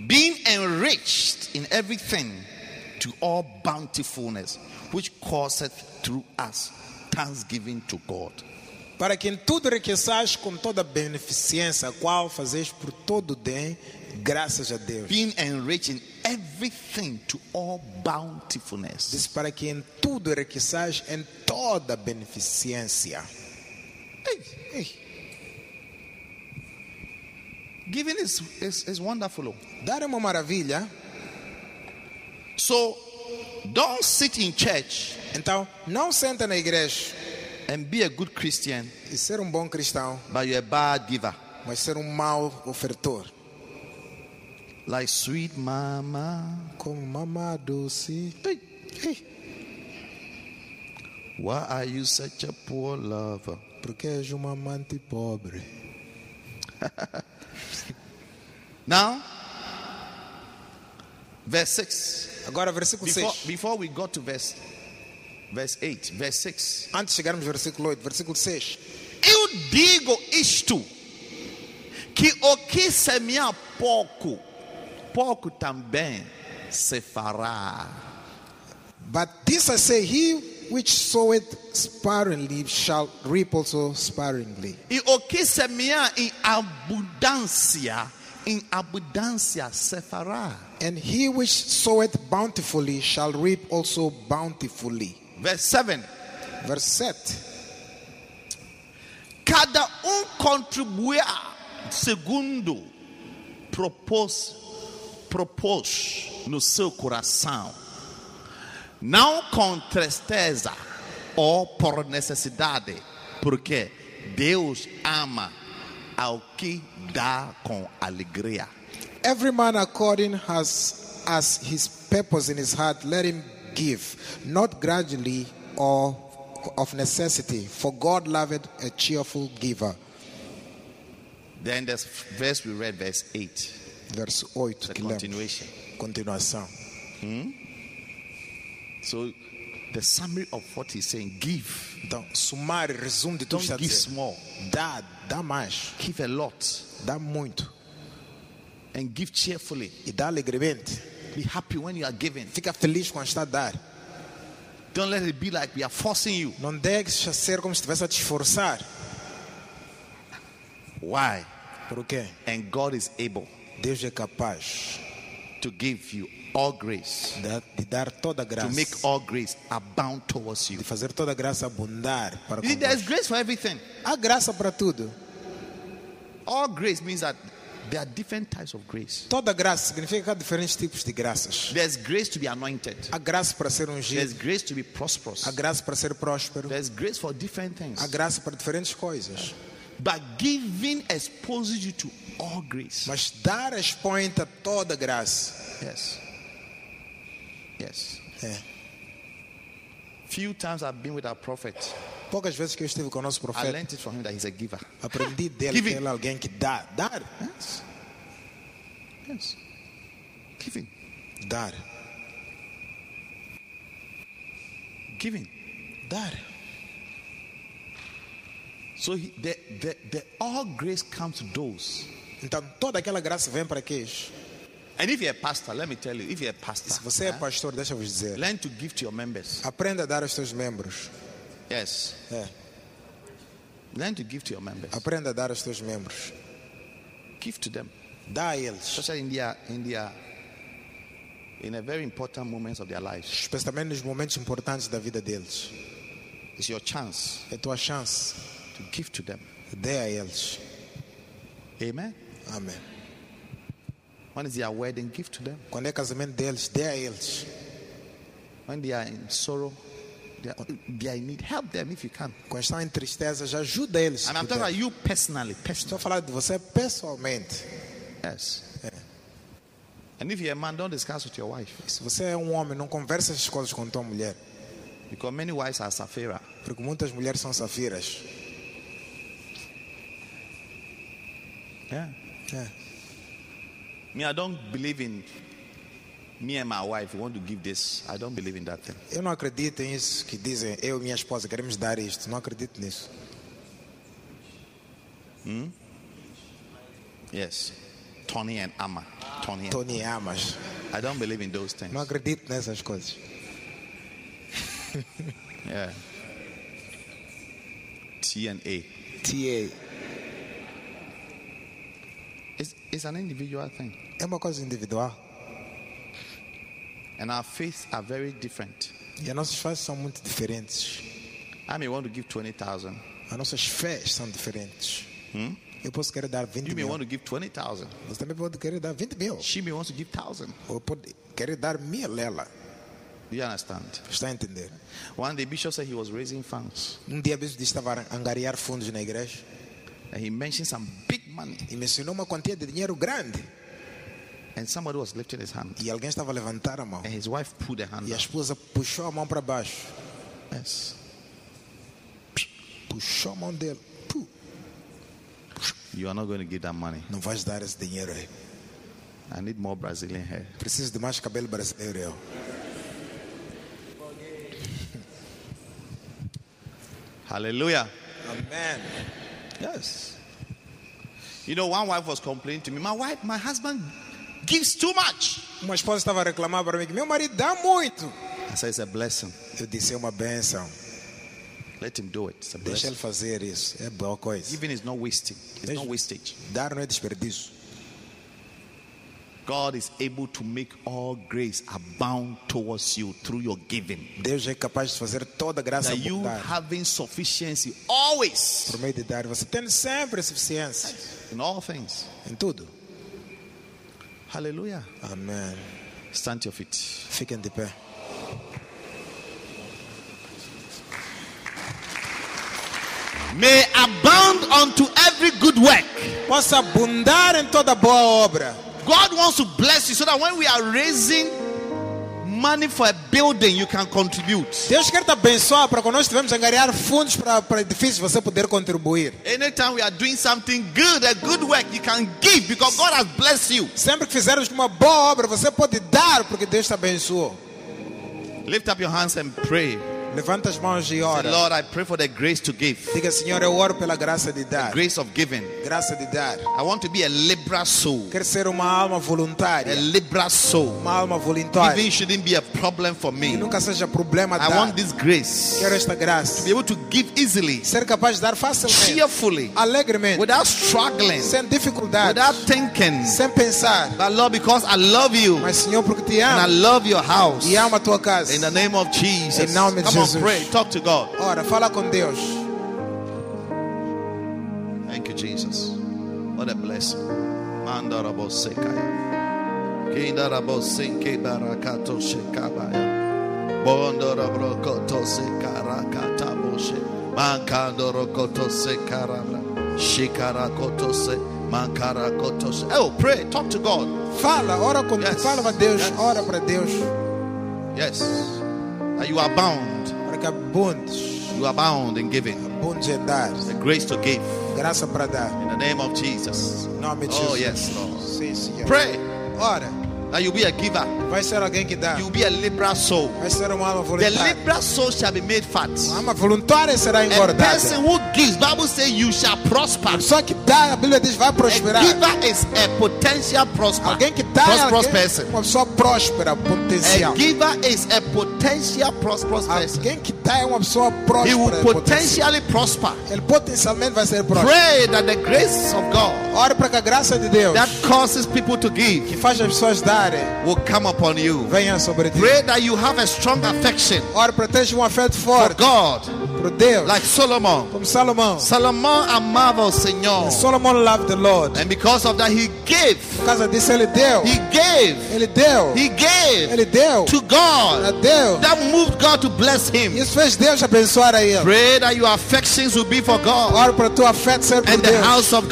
S3: Being enriched in everything to all bountifulness, which causeth through us thanksgiving to God.
S4: Para que em tudo enriqueçais com toda a beneficência, a qual fazeis por todo o bem, graças a Deus.
S3: Being enriched in everything to all bountifulness.
S4: Diz para que em tudo enriqueçais em toda a beneficência.
S3: Giving is, is, is wonderful. oh.
S4: Dar é uma maravilha.
S3: So don't sit in church
S4: Então, não senta na igreja
S3: and be a good Christian,
S4: e ser um bom cristão,
S3: but you're a bad giver.
S4: mas ser um mau ofertor.
S3: like sweet mama.
S4: Como mama doce.
S3: Hey, hey. Why are you such a poor lover?
S4: Porque és uma amante pobre.
S3: Now, verse 6.
S4: Agora, versículo
S3: Before,
S4: 6.
S3: before we got to verse verse 8, verse 6.
S4: Antes de chegarmos ao versículo 8, versículo 6.
S3: Eu digo isto, que o que semear pouco, pouco também se fará.
S4: But this I say, he which soweth sparingly shall reap also sparingly.
S3: E o que semear em abundância, em abundância se fará.
S4: And he which soweth bountifully shall reap also bountifully.
S3: Verse 7.
S4: Verse 7.
S3: Cada um contribuirá segundo propôs, propôs no seu coração, não com tristeza ou por necessidade, porque Deus ama ao que dá com alegria.
S4: Every man according as, as his purpose in his heart, let him give, not gradually or of necessity, for God loveth a cheerful giver.
S3: Then this verse we read, verse 8,
S4: Verse 8.
S3: the
S4: que lemos.
S3: continuation.
S4: Continuação.
S3: So the summary of what he's saying, give.
S4: Então, sumário, resumo de tudo que está a
S3: Don't give
S4: dizer.
S3: small,
S4: Dá, dá mais,
S3: give a lot,
S4: dá muito
S3: and give cheerfully.
S4: e dá alegremente.
S3: Be happy when you are giving.
S4: Fica feliz quando está a dar.
S3: Don't let it be like we are forcing you.
S4: Não deixa ser como se estivesse a te esforçar.
S3: Why?
S4: Por quê?
S3: And God is able
S4: Deus é capaz
S3: to give you all grace,
S4: de, de dar toda a
S3: to
S4: graça,
S3: make all grace abound towards you.
S4: de fazer toda a graça abundar para
S3: You see, there is
S4: convosco.
S3: grace for everything.
S4: Há graça para tudo.
S3: All grace means that there are different types of grace.
S4: Toda graça significa que há diferentes tipos de graças.
S3: There's grace to be anointed.
S4: Há graça para ser
S3: There's
S4: ungido,
S3: grace to be prosperous.
S4: há graça para ser próspero,
S3: There's grace for different
S4: há
S3: things.
S4: graça para diferentes coisas.
S3: But giving exposes you to all grace.
S4: Mas dar expõe a toda graça.
S3: Yes. Yes.
S4: É.
S3: Few times I've been with our prophet.
S4: Poucas vezes que eu estive com o nosso
S3: I
S4: profeta,
S3: learned it from him that he's a giver.
S4: aprendi dele que
S3: Giving.
S4: ele é alguém que dá. Dar?
S3: Yes. Yes. Giving.
S4: Dar.
S3: Giving.
S4: Dar.
S3: So he, the, the, the all grace comes to those.
S4: Então toda aquela graça vem para queijo.
S3: And if you're a pastor, let me tell you, if you're a pastor,
S4: Se você é
S3: eh,
S4: pastor, deixa eu vos dizer.
S3: learn to give to your members.
S4: Aprenda a dar aos seus membros.
S3: Yes.
S4: É.
S3: Learn to give to your members.
S4: Aprenda a dar aos seus membros.
S3: Give to them.
S4: Dá a eles.
S3: Especially in their, in their, in a very important moments of their lives.
S4: Especialmente nos momentos importantes da vida deles.
S3: It's your chance
S4: É tua chance.
S3: to give to them.
S4: Dê a eles.
S3: Amen.
S4: Amém.
S3: When is their wedding, give to them.
S4: Quando é casamento deles, dê a eles.
S3: When they are in sorrow, they are, they are in need. Help them if you can.
S4: Quando estão em tristeza, já ajuda eles. se
S3: And I'm talking
S4: puder.
S3: about you personally,
S4: Estou
S3: personal.
S4: a falar de você pessoalmente.
S3: Yes. And if you're a man, don't discuss with your wife.
S4: Se você é um homem, não converse essas coisas com tua mulher.
S3: Because many wives are Sapphira.
S4: Porque muitas mulheres são safiras.
S3: Yeah.
S4: É.
S3: Me, I don't believe in me and my wife want to give this. I don't believe in that thing.
S4: Eu não acredito em isso que dizem eu e minha esposa queremos dar isto. Não acredito nisso.
S3: Yes. Tony and Amma. Tony and
S4: Tony Amas.
S3: I don't believe in those things.
S4: Não acredito nessas coisas.
S3: Yeah. T and A.
S4: TA
S3: It's, it's an individual thing.
S4: é uma coisa individual.
S3: And our faiths are very different.
S4: E as nossas fés são muito diferentes.
S3: I may want to give 20,000.
S4: As nossas fés são diferentes. Eu posso querer dar 20
S3: You may
S4: mil.
S3: want to give 20,000.
S4: Você também pode querer dar 20 mil.
S3: She may want to give 1,000.
S4: Ou pode querer dar mil ela.
S3: Do you understand?
S4: Está a entender?
S3: One day, Bishop said he was raising funds.
S4: Um dia Bispo disse que estava a angariar fundos na igreja
S3: And he mentioned some big money.
S4: e mencionou uma quantia de dinheiro grande.
S3: And somebody was lifting his hand.
S4: E alguém estava a levantar a mão.
S3: And his wife pulled her hand.
S4: E a
S3: down.
S4: esposa puxou a mão para baixo.
S3: Yes.
S4: Puxou a mão dele. Puh,
S3: You are not going to give that money.
S4: não vais dar esse dinheiro aí.
S3: I need more Brazilian hair.
S4: Preciso de mais cabelo brasileiro. Eu.
S3: Hallelujah.
S4: Amém.
S3: Yes. You know, one wife was complaining to me, my wife, my husband gives too much.
S4: Uma esposa estava a reclamar para mim que meu marido dá muito.
S3: I said, it's a blessing.
S4: Eu disse, é uma benção.
S3: Let him do it. It's a
S4: Deixa
S3: blessing.
S4: ele fazer isso. É boa coisa.
S3: Giving is not wasting. It's
S4: Deixa-
S3: not wastage.
S4: Dar não é desperdício.
S3: God is able to make all grace abound towards you through your giving.
S4: Deus é capaz de fazer toda a graça
S3: That you
S4: abundar.
S3: having sufficiency always
S4: Por meio de dar, você tem sempre a suficiência
S3: in all things.
S4: em tudo.
S3: Hallelujah.
S4: Amém.
S3: Stand to your feet.
S4: Fiquem de pé.
S3: May abound unto every good work.
S4: Possa abundar em toda boa obra.
S3: God wants to bless you so that when we are raising money for a building, you can contribute.
S4: Deus quer te abençoar para quando nós tivermos a angariar fundos para, para edifícios você poder contribuir.
S3: Anytime we are doing something good, a good work, you can give because God has blessed you.
S4: Sempre que fizermos uma boa obra, você pode dar porque Deus te abençoou.
S3: Lift up your hands and pray.
S4: Levanta as mãos e
S3: Say,
S4: ora.
S3: Lord, I pray for the grace to give,
S4: Diga, Senhor, eu oro pela graça de dar.
S3: grace of giving.
S4: Graça de dar.
S3: I want to be a liberal soul.
S4: Quero ser uma alma
S3: A
S4: voluntária.
S3: liberal soul.
S4: Uma alma voluntária.
S3: Giving shouldn't be a problem for
S4: E
S3: me.
S4: nunca seja problema
S3: I
S4: dar.
S3: want this grace.
S4: Quero esta
S3: Be
S4: graça.
S3: able to give easily,
S4: Ser capaz de dar facilmente.
S3: cheerfully,
S4: Alegremente.
S3: without struggling,
S4: Sem dificuldade.
S3: without thinking.
S4: Sem pensar.
S3: But Lord, because I love you and
S4: Mas, Senhor, porque te
S3: I
S4: amo.
S3: love your house.
S4: E amo a tua casa.
S3: In the name of Jesus.
S4: Em nome de
S3: Come on,
S4: Jesus.
S3: pray. Talk to God.
S4: Ora, fala com Deus.
S3: Thank you, Jesus. What a blessing. Mandarabo sekaya. Kindarabo sinke barakato shekabaya. Bondorabro koto sekarakata boshe. Mankandoro koto sekarabra. Shikara koto se. Mankara koto se. Oh, pray. Talk to God.
S4: Fala, ora com
S3: Yes.
S4: Fala para Deus.
S3: Yes.
S4: Ora para Deus.
S3: Yes. That you are bound.
S4: Para que abundes.
S3: You are bound in giving.
S4: Abundes em dar.
S3: The grace to give.
S4: Graça para dar.
S3: In the name of Jesus.
S4: Em nome de
S3: Oh,
S4: Jesus.
S3: yes, Lord.
S4: Sim, Senhor.
S3: Pray
S4: Ora,
S3: that you'll be a giver.
S4: vai ser alguém que dá.
S3: You'll be a liberal soul.
S4: Vai ser uma alma
S3: The
S4: voluntária.
S3: liberal soul shall be made fat.
S4: A alma voluntária será
S3: A
S4: engordada.
S3: person who gives, Bible says you shall prosper.
S4: Só que dá, a Bíblia diz, vai
S3: A
S4: prosperar.
S3: giver is a potential prosper.
S4: Alguém que dá é
S3: prosperous
S4: alguém,
S3: person.
S4: uma pessoa próspera, potencial.
S3: A giver is a potential prosperous person.
S4: Alguém que dá é uma pessoa
S3: He will
S4: próspera. potencial.
S3: potentially prosper.
S4: Ele potencialmente vai ser próspero.
S3: Pray that the grace of God
S4: Ore para que a graça de Deus,
S3: that causes people to
S4: que
S3: give
S4: faz as pessoas darem,
S3: will come upon you.
S4: venha sobre ti.
S3: Pray that you have a strong affection
S4: Ore para teres um afeto
S3: for
S4: forte
S3: God,
S4: para Deus,
S3: like Solomon.
S4: como Salomão.
S3: Solomon amava o Senhor.
S4: Solomon loved the Lord.
S3: And because of that, he gave.
S4: Por causa disso, ele deu.
S3: He gave.
S4: Ele deu.
S3: He gave
S4: Ele deu.
S3: to
S4: Para
S3: God.
S4: Deus.
S3: That moved God to bless him.
S4: Isso fez Deus abençoar a ele.
S3: Pray that your affections will be for God
S4: Ore para tua afeto ser por
S3: and the
S4: Deus.
S3: house of
S4: E a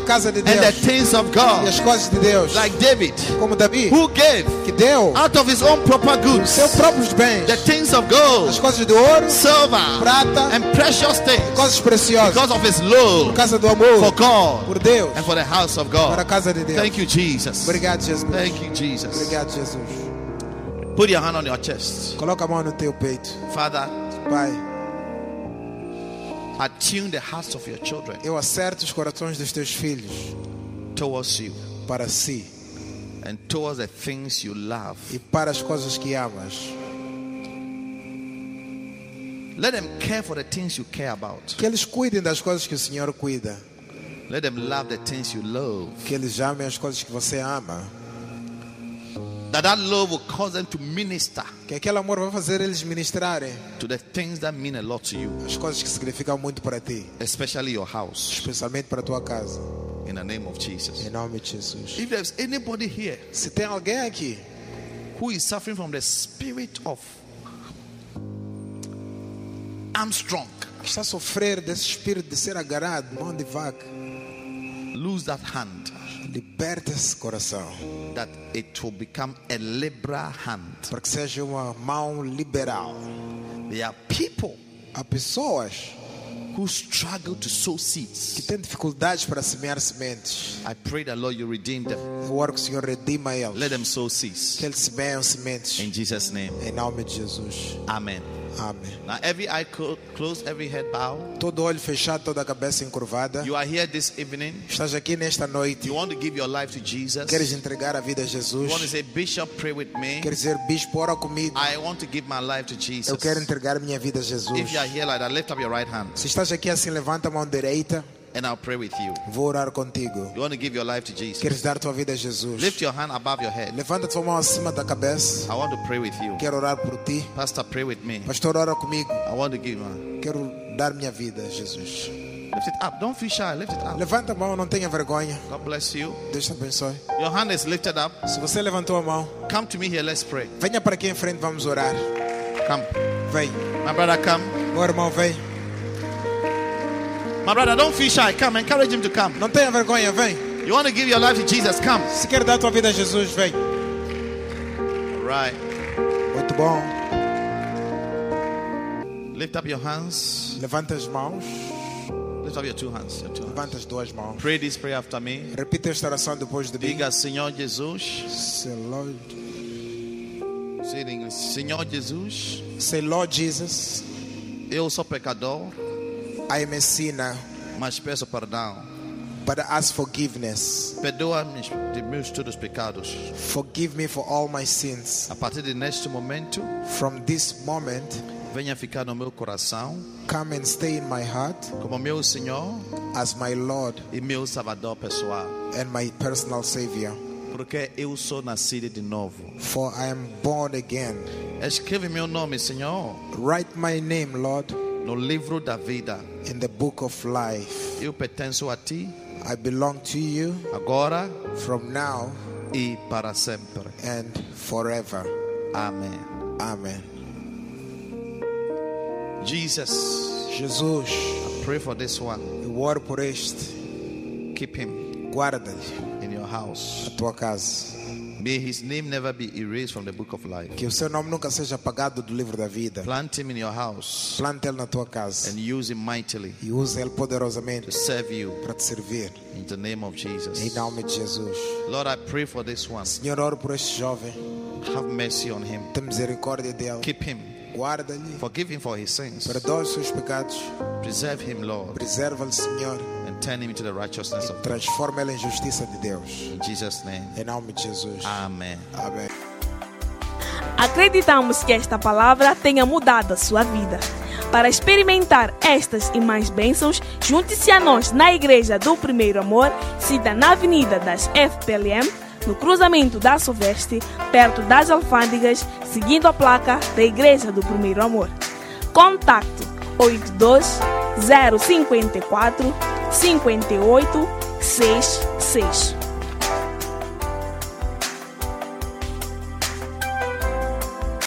S3: God
S4: casa de
S3: and the
S4: Deus.
S3: things of
S4: E as
S3: God.
S4: coisas de Deus.
S3: Like David,
S4: Como Davi,
S3: who gave
S4: que deu
S3: out of his own proper goods
S4: seus próprios bens.
S3: the things of
S4: As
S3: gold,
S4: coisas de ouro,
S3: silver,
S4: prata,
S3: and precious things
S4: coisas preciosas.
S3: because of his
S4: Por
S3: love
S4: causa do
S3: for
S4: amor,
S3: God
S4: por Deus,
S3: and for the house of
S4: para a
S3: God.
S4: casa de Deus.
S3: Thank you, Jesus.
S4: Obrigado, Jesus.
S3: Thank you, Jesus.
S4: Obrigado, Jesus.
S3: Put your hand on your chest.
S4: Coloca a mão no teu peito.
S3: Father,
S4: Pai,
S3: attune the hearts of your children
S4: eu acerto os corações dos teus filhos
S3: towards you.
S4: para si
S3: and towards the things you love.
S4: e para as coisas que amas.
S3: Let them care for the things you care about.
S4: Que eles cuidem das coisas que o Senhor cuida.
S3: Let them love the things you love.
S4: Que eles amem as coisas que você ama.
S3: That that love will cause them to minister
S4: Que aquele amor vai fazer eles ministrarem
S3: to the things that mean a lot to you,
S4: as coisas que significam muito para ti,
S3: especially your house.
S4: especialmente para a tua casa.
S3: In the name of Jesus.
S4: Em nome de Jesus.
S3: If there's anybody here
S4: Se tem alguém aqui
S3: who is suffering from the spirit of Armstrong,
S4: que está a sofrer desse espírito de ser agarrado, mão de vaca,
S3: lose that hand.
S4: Liberta esse coração
S3: that it will become a liberal hand.
S4: para que seja uma mão liberal.
S3: There are people
S4: Há pessoas
S3: who struggle to sow
S4: que
S3: seeds.
S4: têm dificuldades para semear sementes.
S3: I pray that Lord you redeem them.
S4: Eu oro que o Senhor redima eles.
S3: Let them sow
S4: Que
S3: seeds.
S4: eles semeiam sementes.
S3: In Jesus' name.
S4: Em nome de Jesus.
S3: Amen.
S4: Amém.
S3: Now every eye clo- closed, every head bowed.
S4: Todo olho fechado, toda a cabeça encurvada.
S3: You are here this evening.
S4: Estás aqui nesta noite.
S3: You want to give your life to Jesus.
S4: Queres entregar a vida a
S3: You want to
S4: Jesus?
S3: say, Bishop, pray with me.
S4: Queres dizer, bispo, ora comigo.
S3: I want to give my life to
S4: Eu
S3: Jesus.
S4: quero entregar minha vida a Jesus.
S3: If you are here like that, lift up your right hand
S4: Se estás aqui assim, levanta a mão direita.
S3: and I'll pray with you.
S4: Vou orar contigo.
S3: You want to give your life to Jesus.
S4: Queres dar tua vida a Jesus?
S3: Lift your hand above your head.
S4: Levanta tua mão acima da cabeça.
S3: I want to pray with you.
S4: Quero orar por ti.
S3: Pastor, pray with me.
S4: Pastor, ora comigo.
S3: I want to give you.
S4: Quero dar minha vida a Jesus.
S3: Lift it up. Don't feel shy. Lift it up.
S4: Levanta a mão, não tenha vergonha.
S3: God bless you.
S4: Deus te abençoe.
S3: Your hand is lifted up.
S4: Se você levantou a mão,
S3: Come to me here. Let's pray.
S4: venha para aqui em frente, vamos orar.
S3: Come.
S4: Vem.
S3: My brother, come.
S4: Meu irmão, vem.
S3: My brother, don't feel shy. Come. Encourage him to come.
S4: Não tenha vergonha, vem.
S3: You want to give your life to Jesus? Come.
S4: Se quer dar tua vida a Jesus, vem.
S3: All right.
S4: Muito bom.
S3: Lift up your hands.
S4: Levanta as mãos.
S3: Lift up your two hands. Your two hands.
S4: Levanta as duas mãos.
S3: Pray this prayer after me.
S4: Repita esta oração depois de mim.
S3: Diga, Senhor Jesus.
S4: Say Lord.
S3: Say it in English. Senhor Jesus.
S4: Say Lord Jesus.
S3: Eu sou pecador,
S4: I am a sinner,
S3: mas peço perdão.
S4: but I ask forgiveness.
S3: Perdoa-me de meus todos os pecados.
S4: Forgive me for all my sins.
S3: A partir de neste momento,
S4: From this moment,
S3: venha ficar no meu coração
S4: come and stay in my heart
S3: como meu Senhor
S4: as my Lord
S3: e meu Salvador pessoal,
S4: and my personal Savior.
S3: porque eu sou nascido de novo.
S4: For I am born again.
S3: Escreve meu nome, Senhor,
S4: Write my name, Lord,
S3: no livro da vida.
S4: in the book of life.
S3: Eu pertenço a Ti
S4: I belong to you
S3: agora
S4: from now
S3: e para sempre.
S4: and forever.
S3: Amém.
S4: Amen.
S3: Jesus,
S4: Jesus,
S3: pray for this one.
S4: eu oro por este.
S3: Keep him
S4: Guarda-lhe
S3: in your house.
S4: a tua casa.
S3: May his name never be erased from the book of life.
S4: Que o seu nome nunca seja apagado do livro da vida.
S3: Plant him in your house
S4: Planta ele na tua casa
S3: and use him mightily
S4: e usa ele poderosamente
S3: to serve you
S4: para te servir.
S3: in the name of
S4: Em
S3: Jesus.
S4: nome de Jesus.
S3: Lord, I pray for this one.
S4: Senhor, oro por este jovem.
S3: Have mercy on him.
S4: Tem misericórdia dele.
S3: Keep him.
S4: Guarda-lhe.
S3: Forgive him for his sins.
S4: Perdoa os seus pecados.
S3: Preserve him, Lord,
S4: Preserva-lhe, Senhor.
S3: and turn him into the righteousness of God.
S4: Transforma ele em justiça de Deus.
S3: In Jesus' name.
S4: Em nome de Jesus.
S3: Amen.
S4: Amém.
S1: Acreditamos que esta palavra tenha mudado a sua vida. Para experimentar estas e mais bênçãos, junte-se a nós na Igreja do Primeiro Amor, cita na Avenida das FPLM, no cruzamento da Soveste, perto das alfândegas, seguindo a placa da Igreja do Primeiro Amor. Contato 82 054 58 66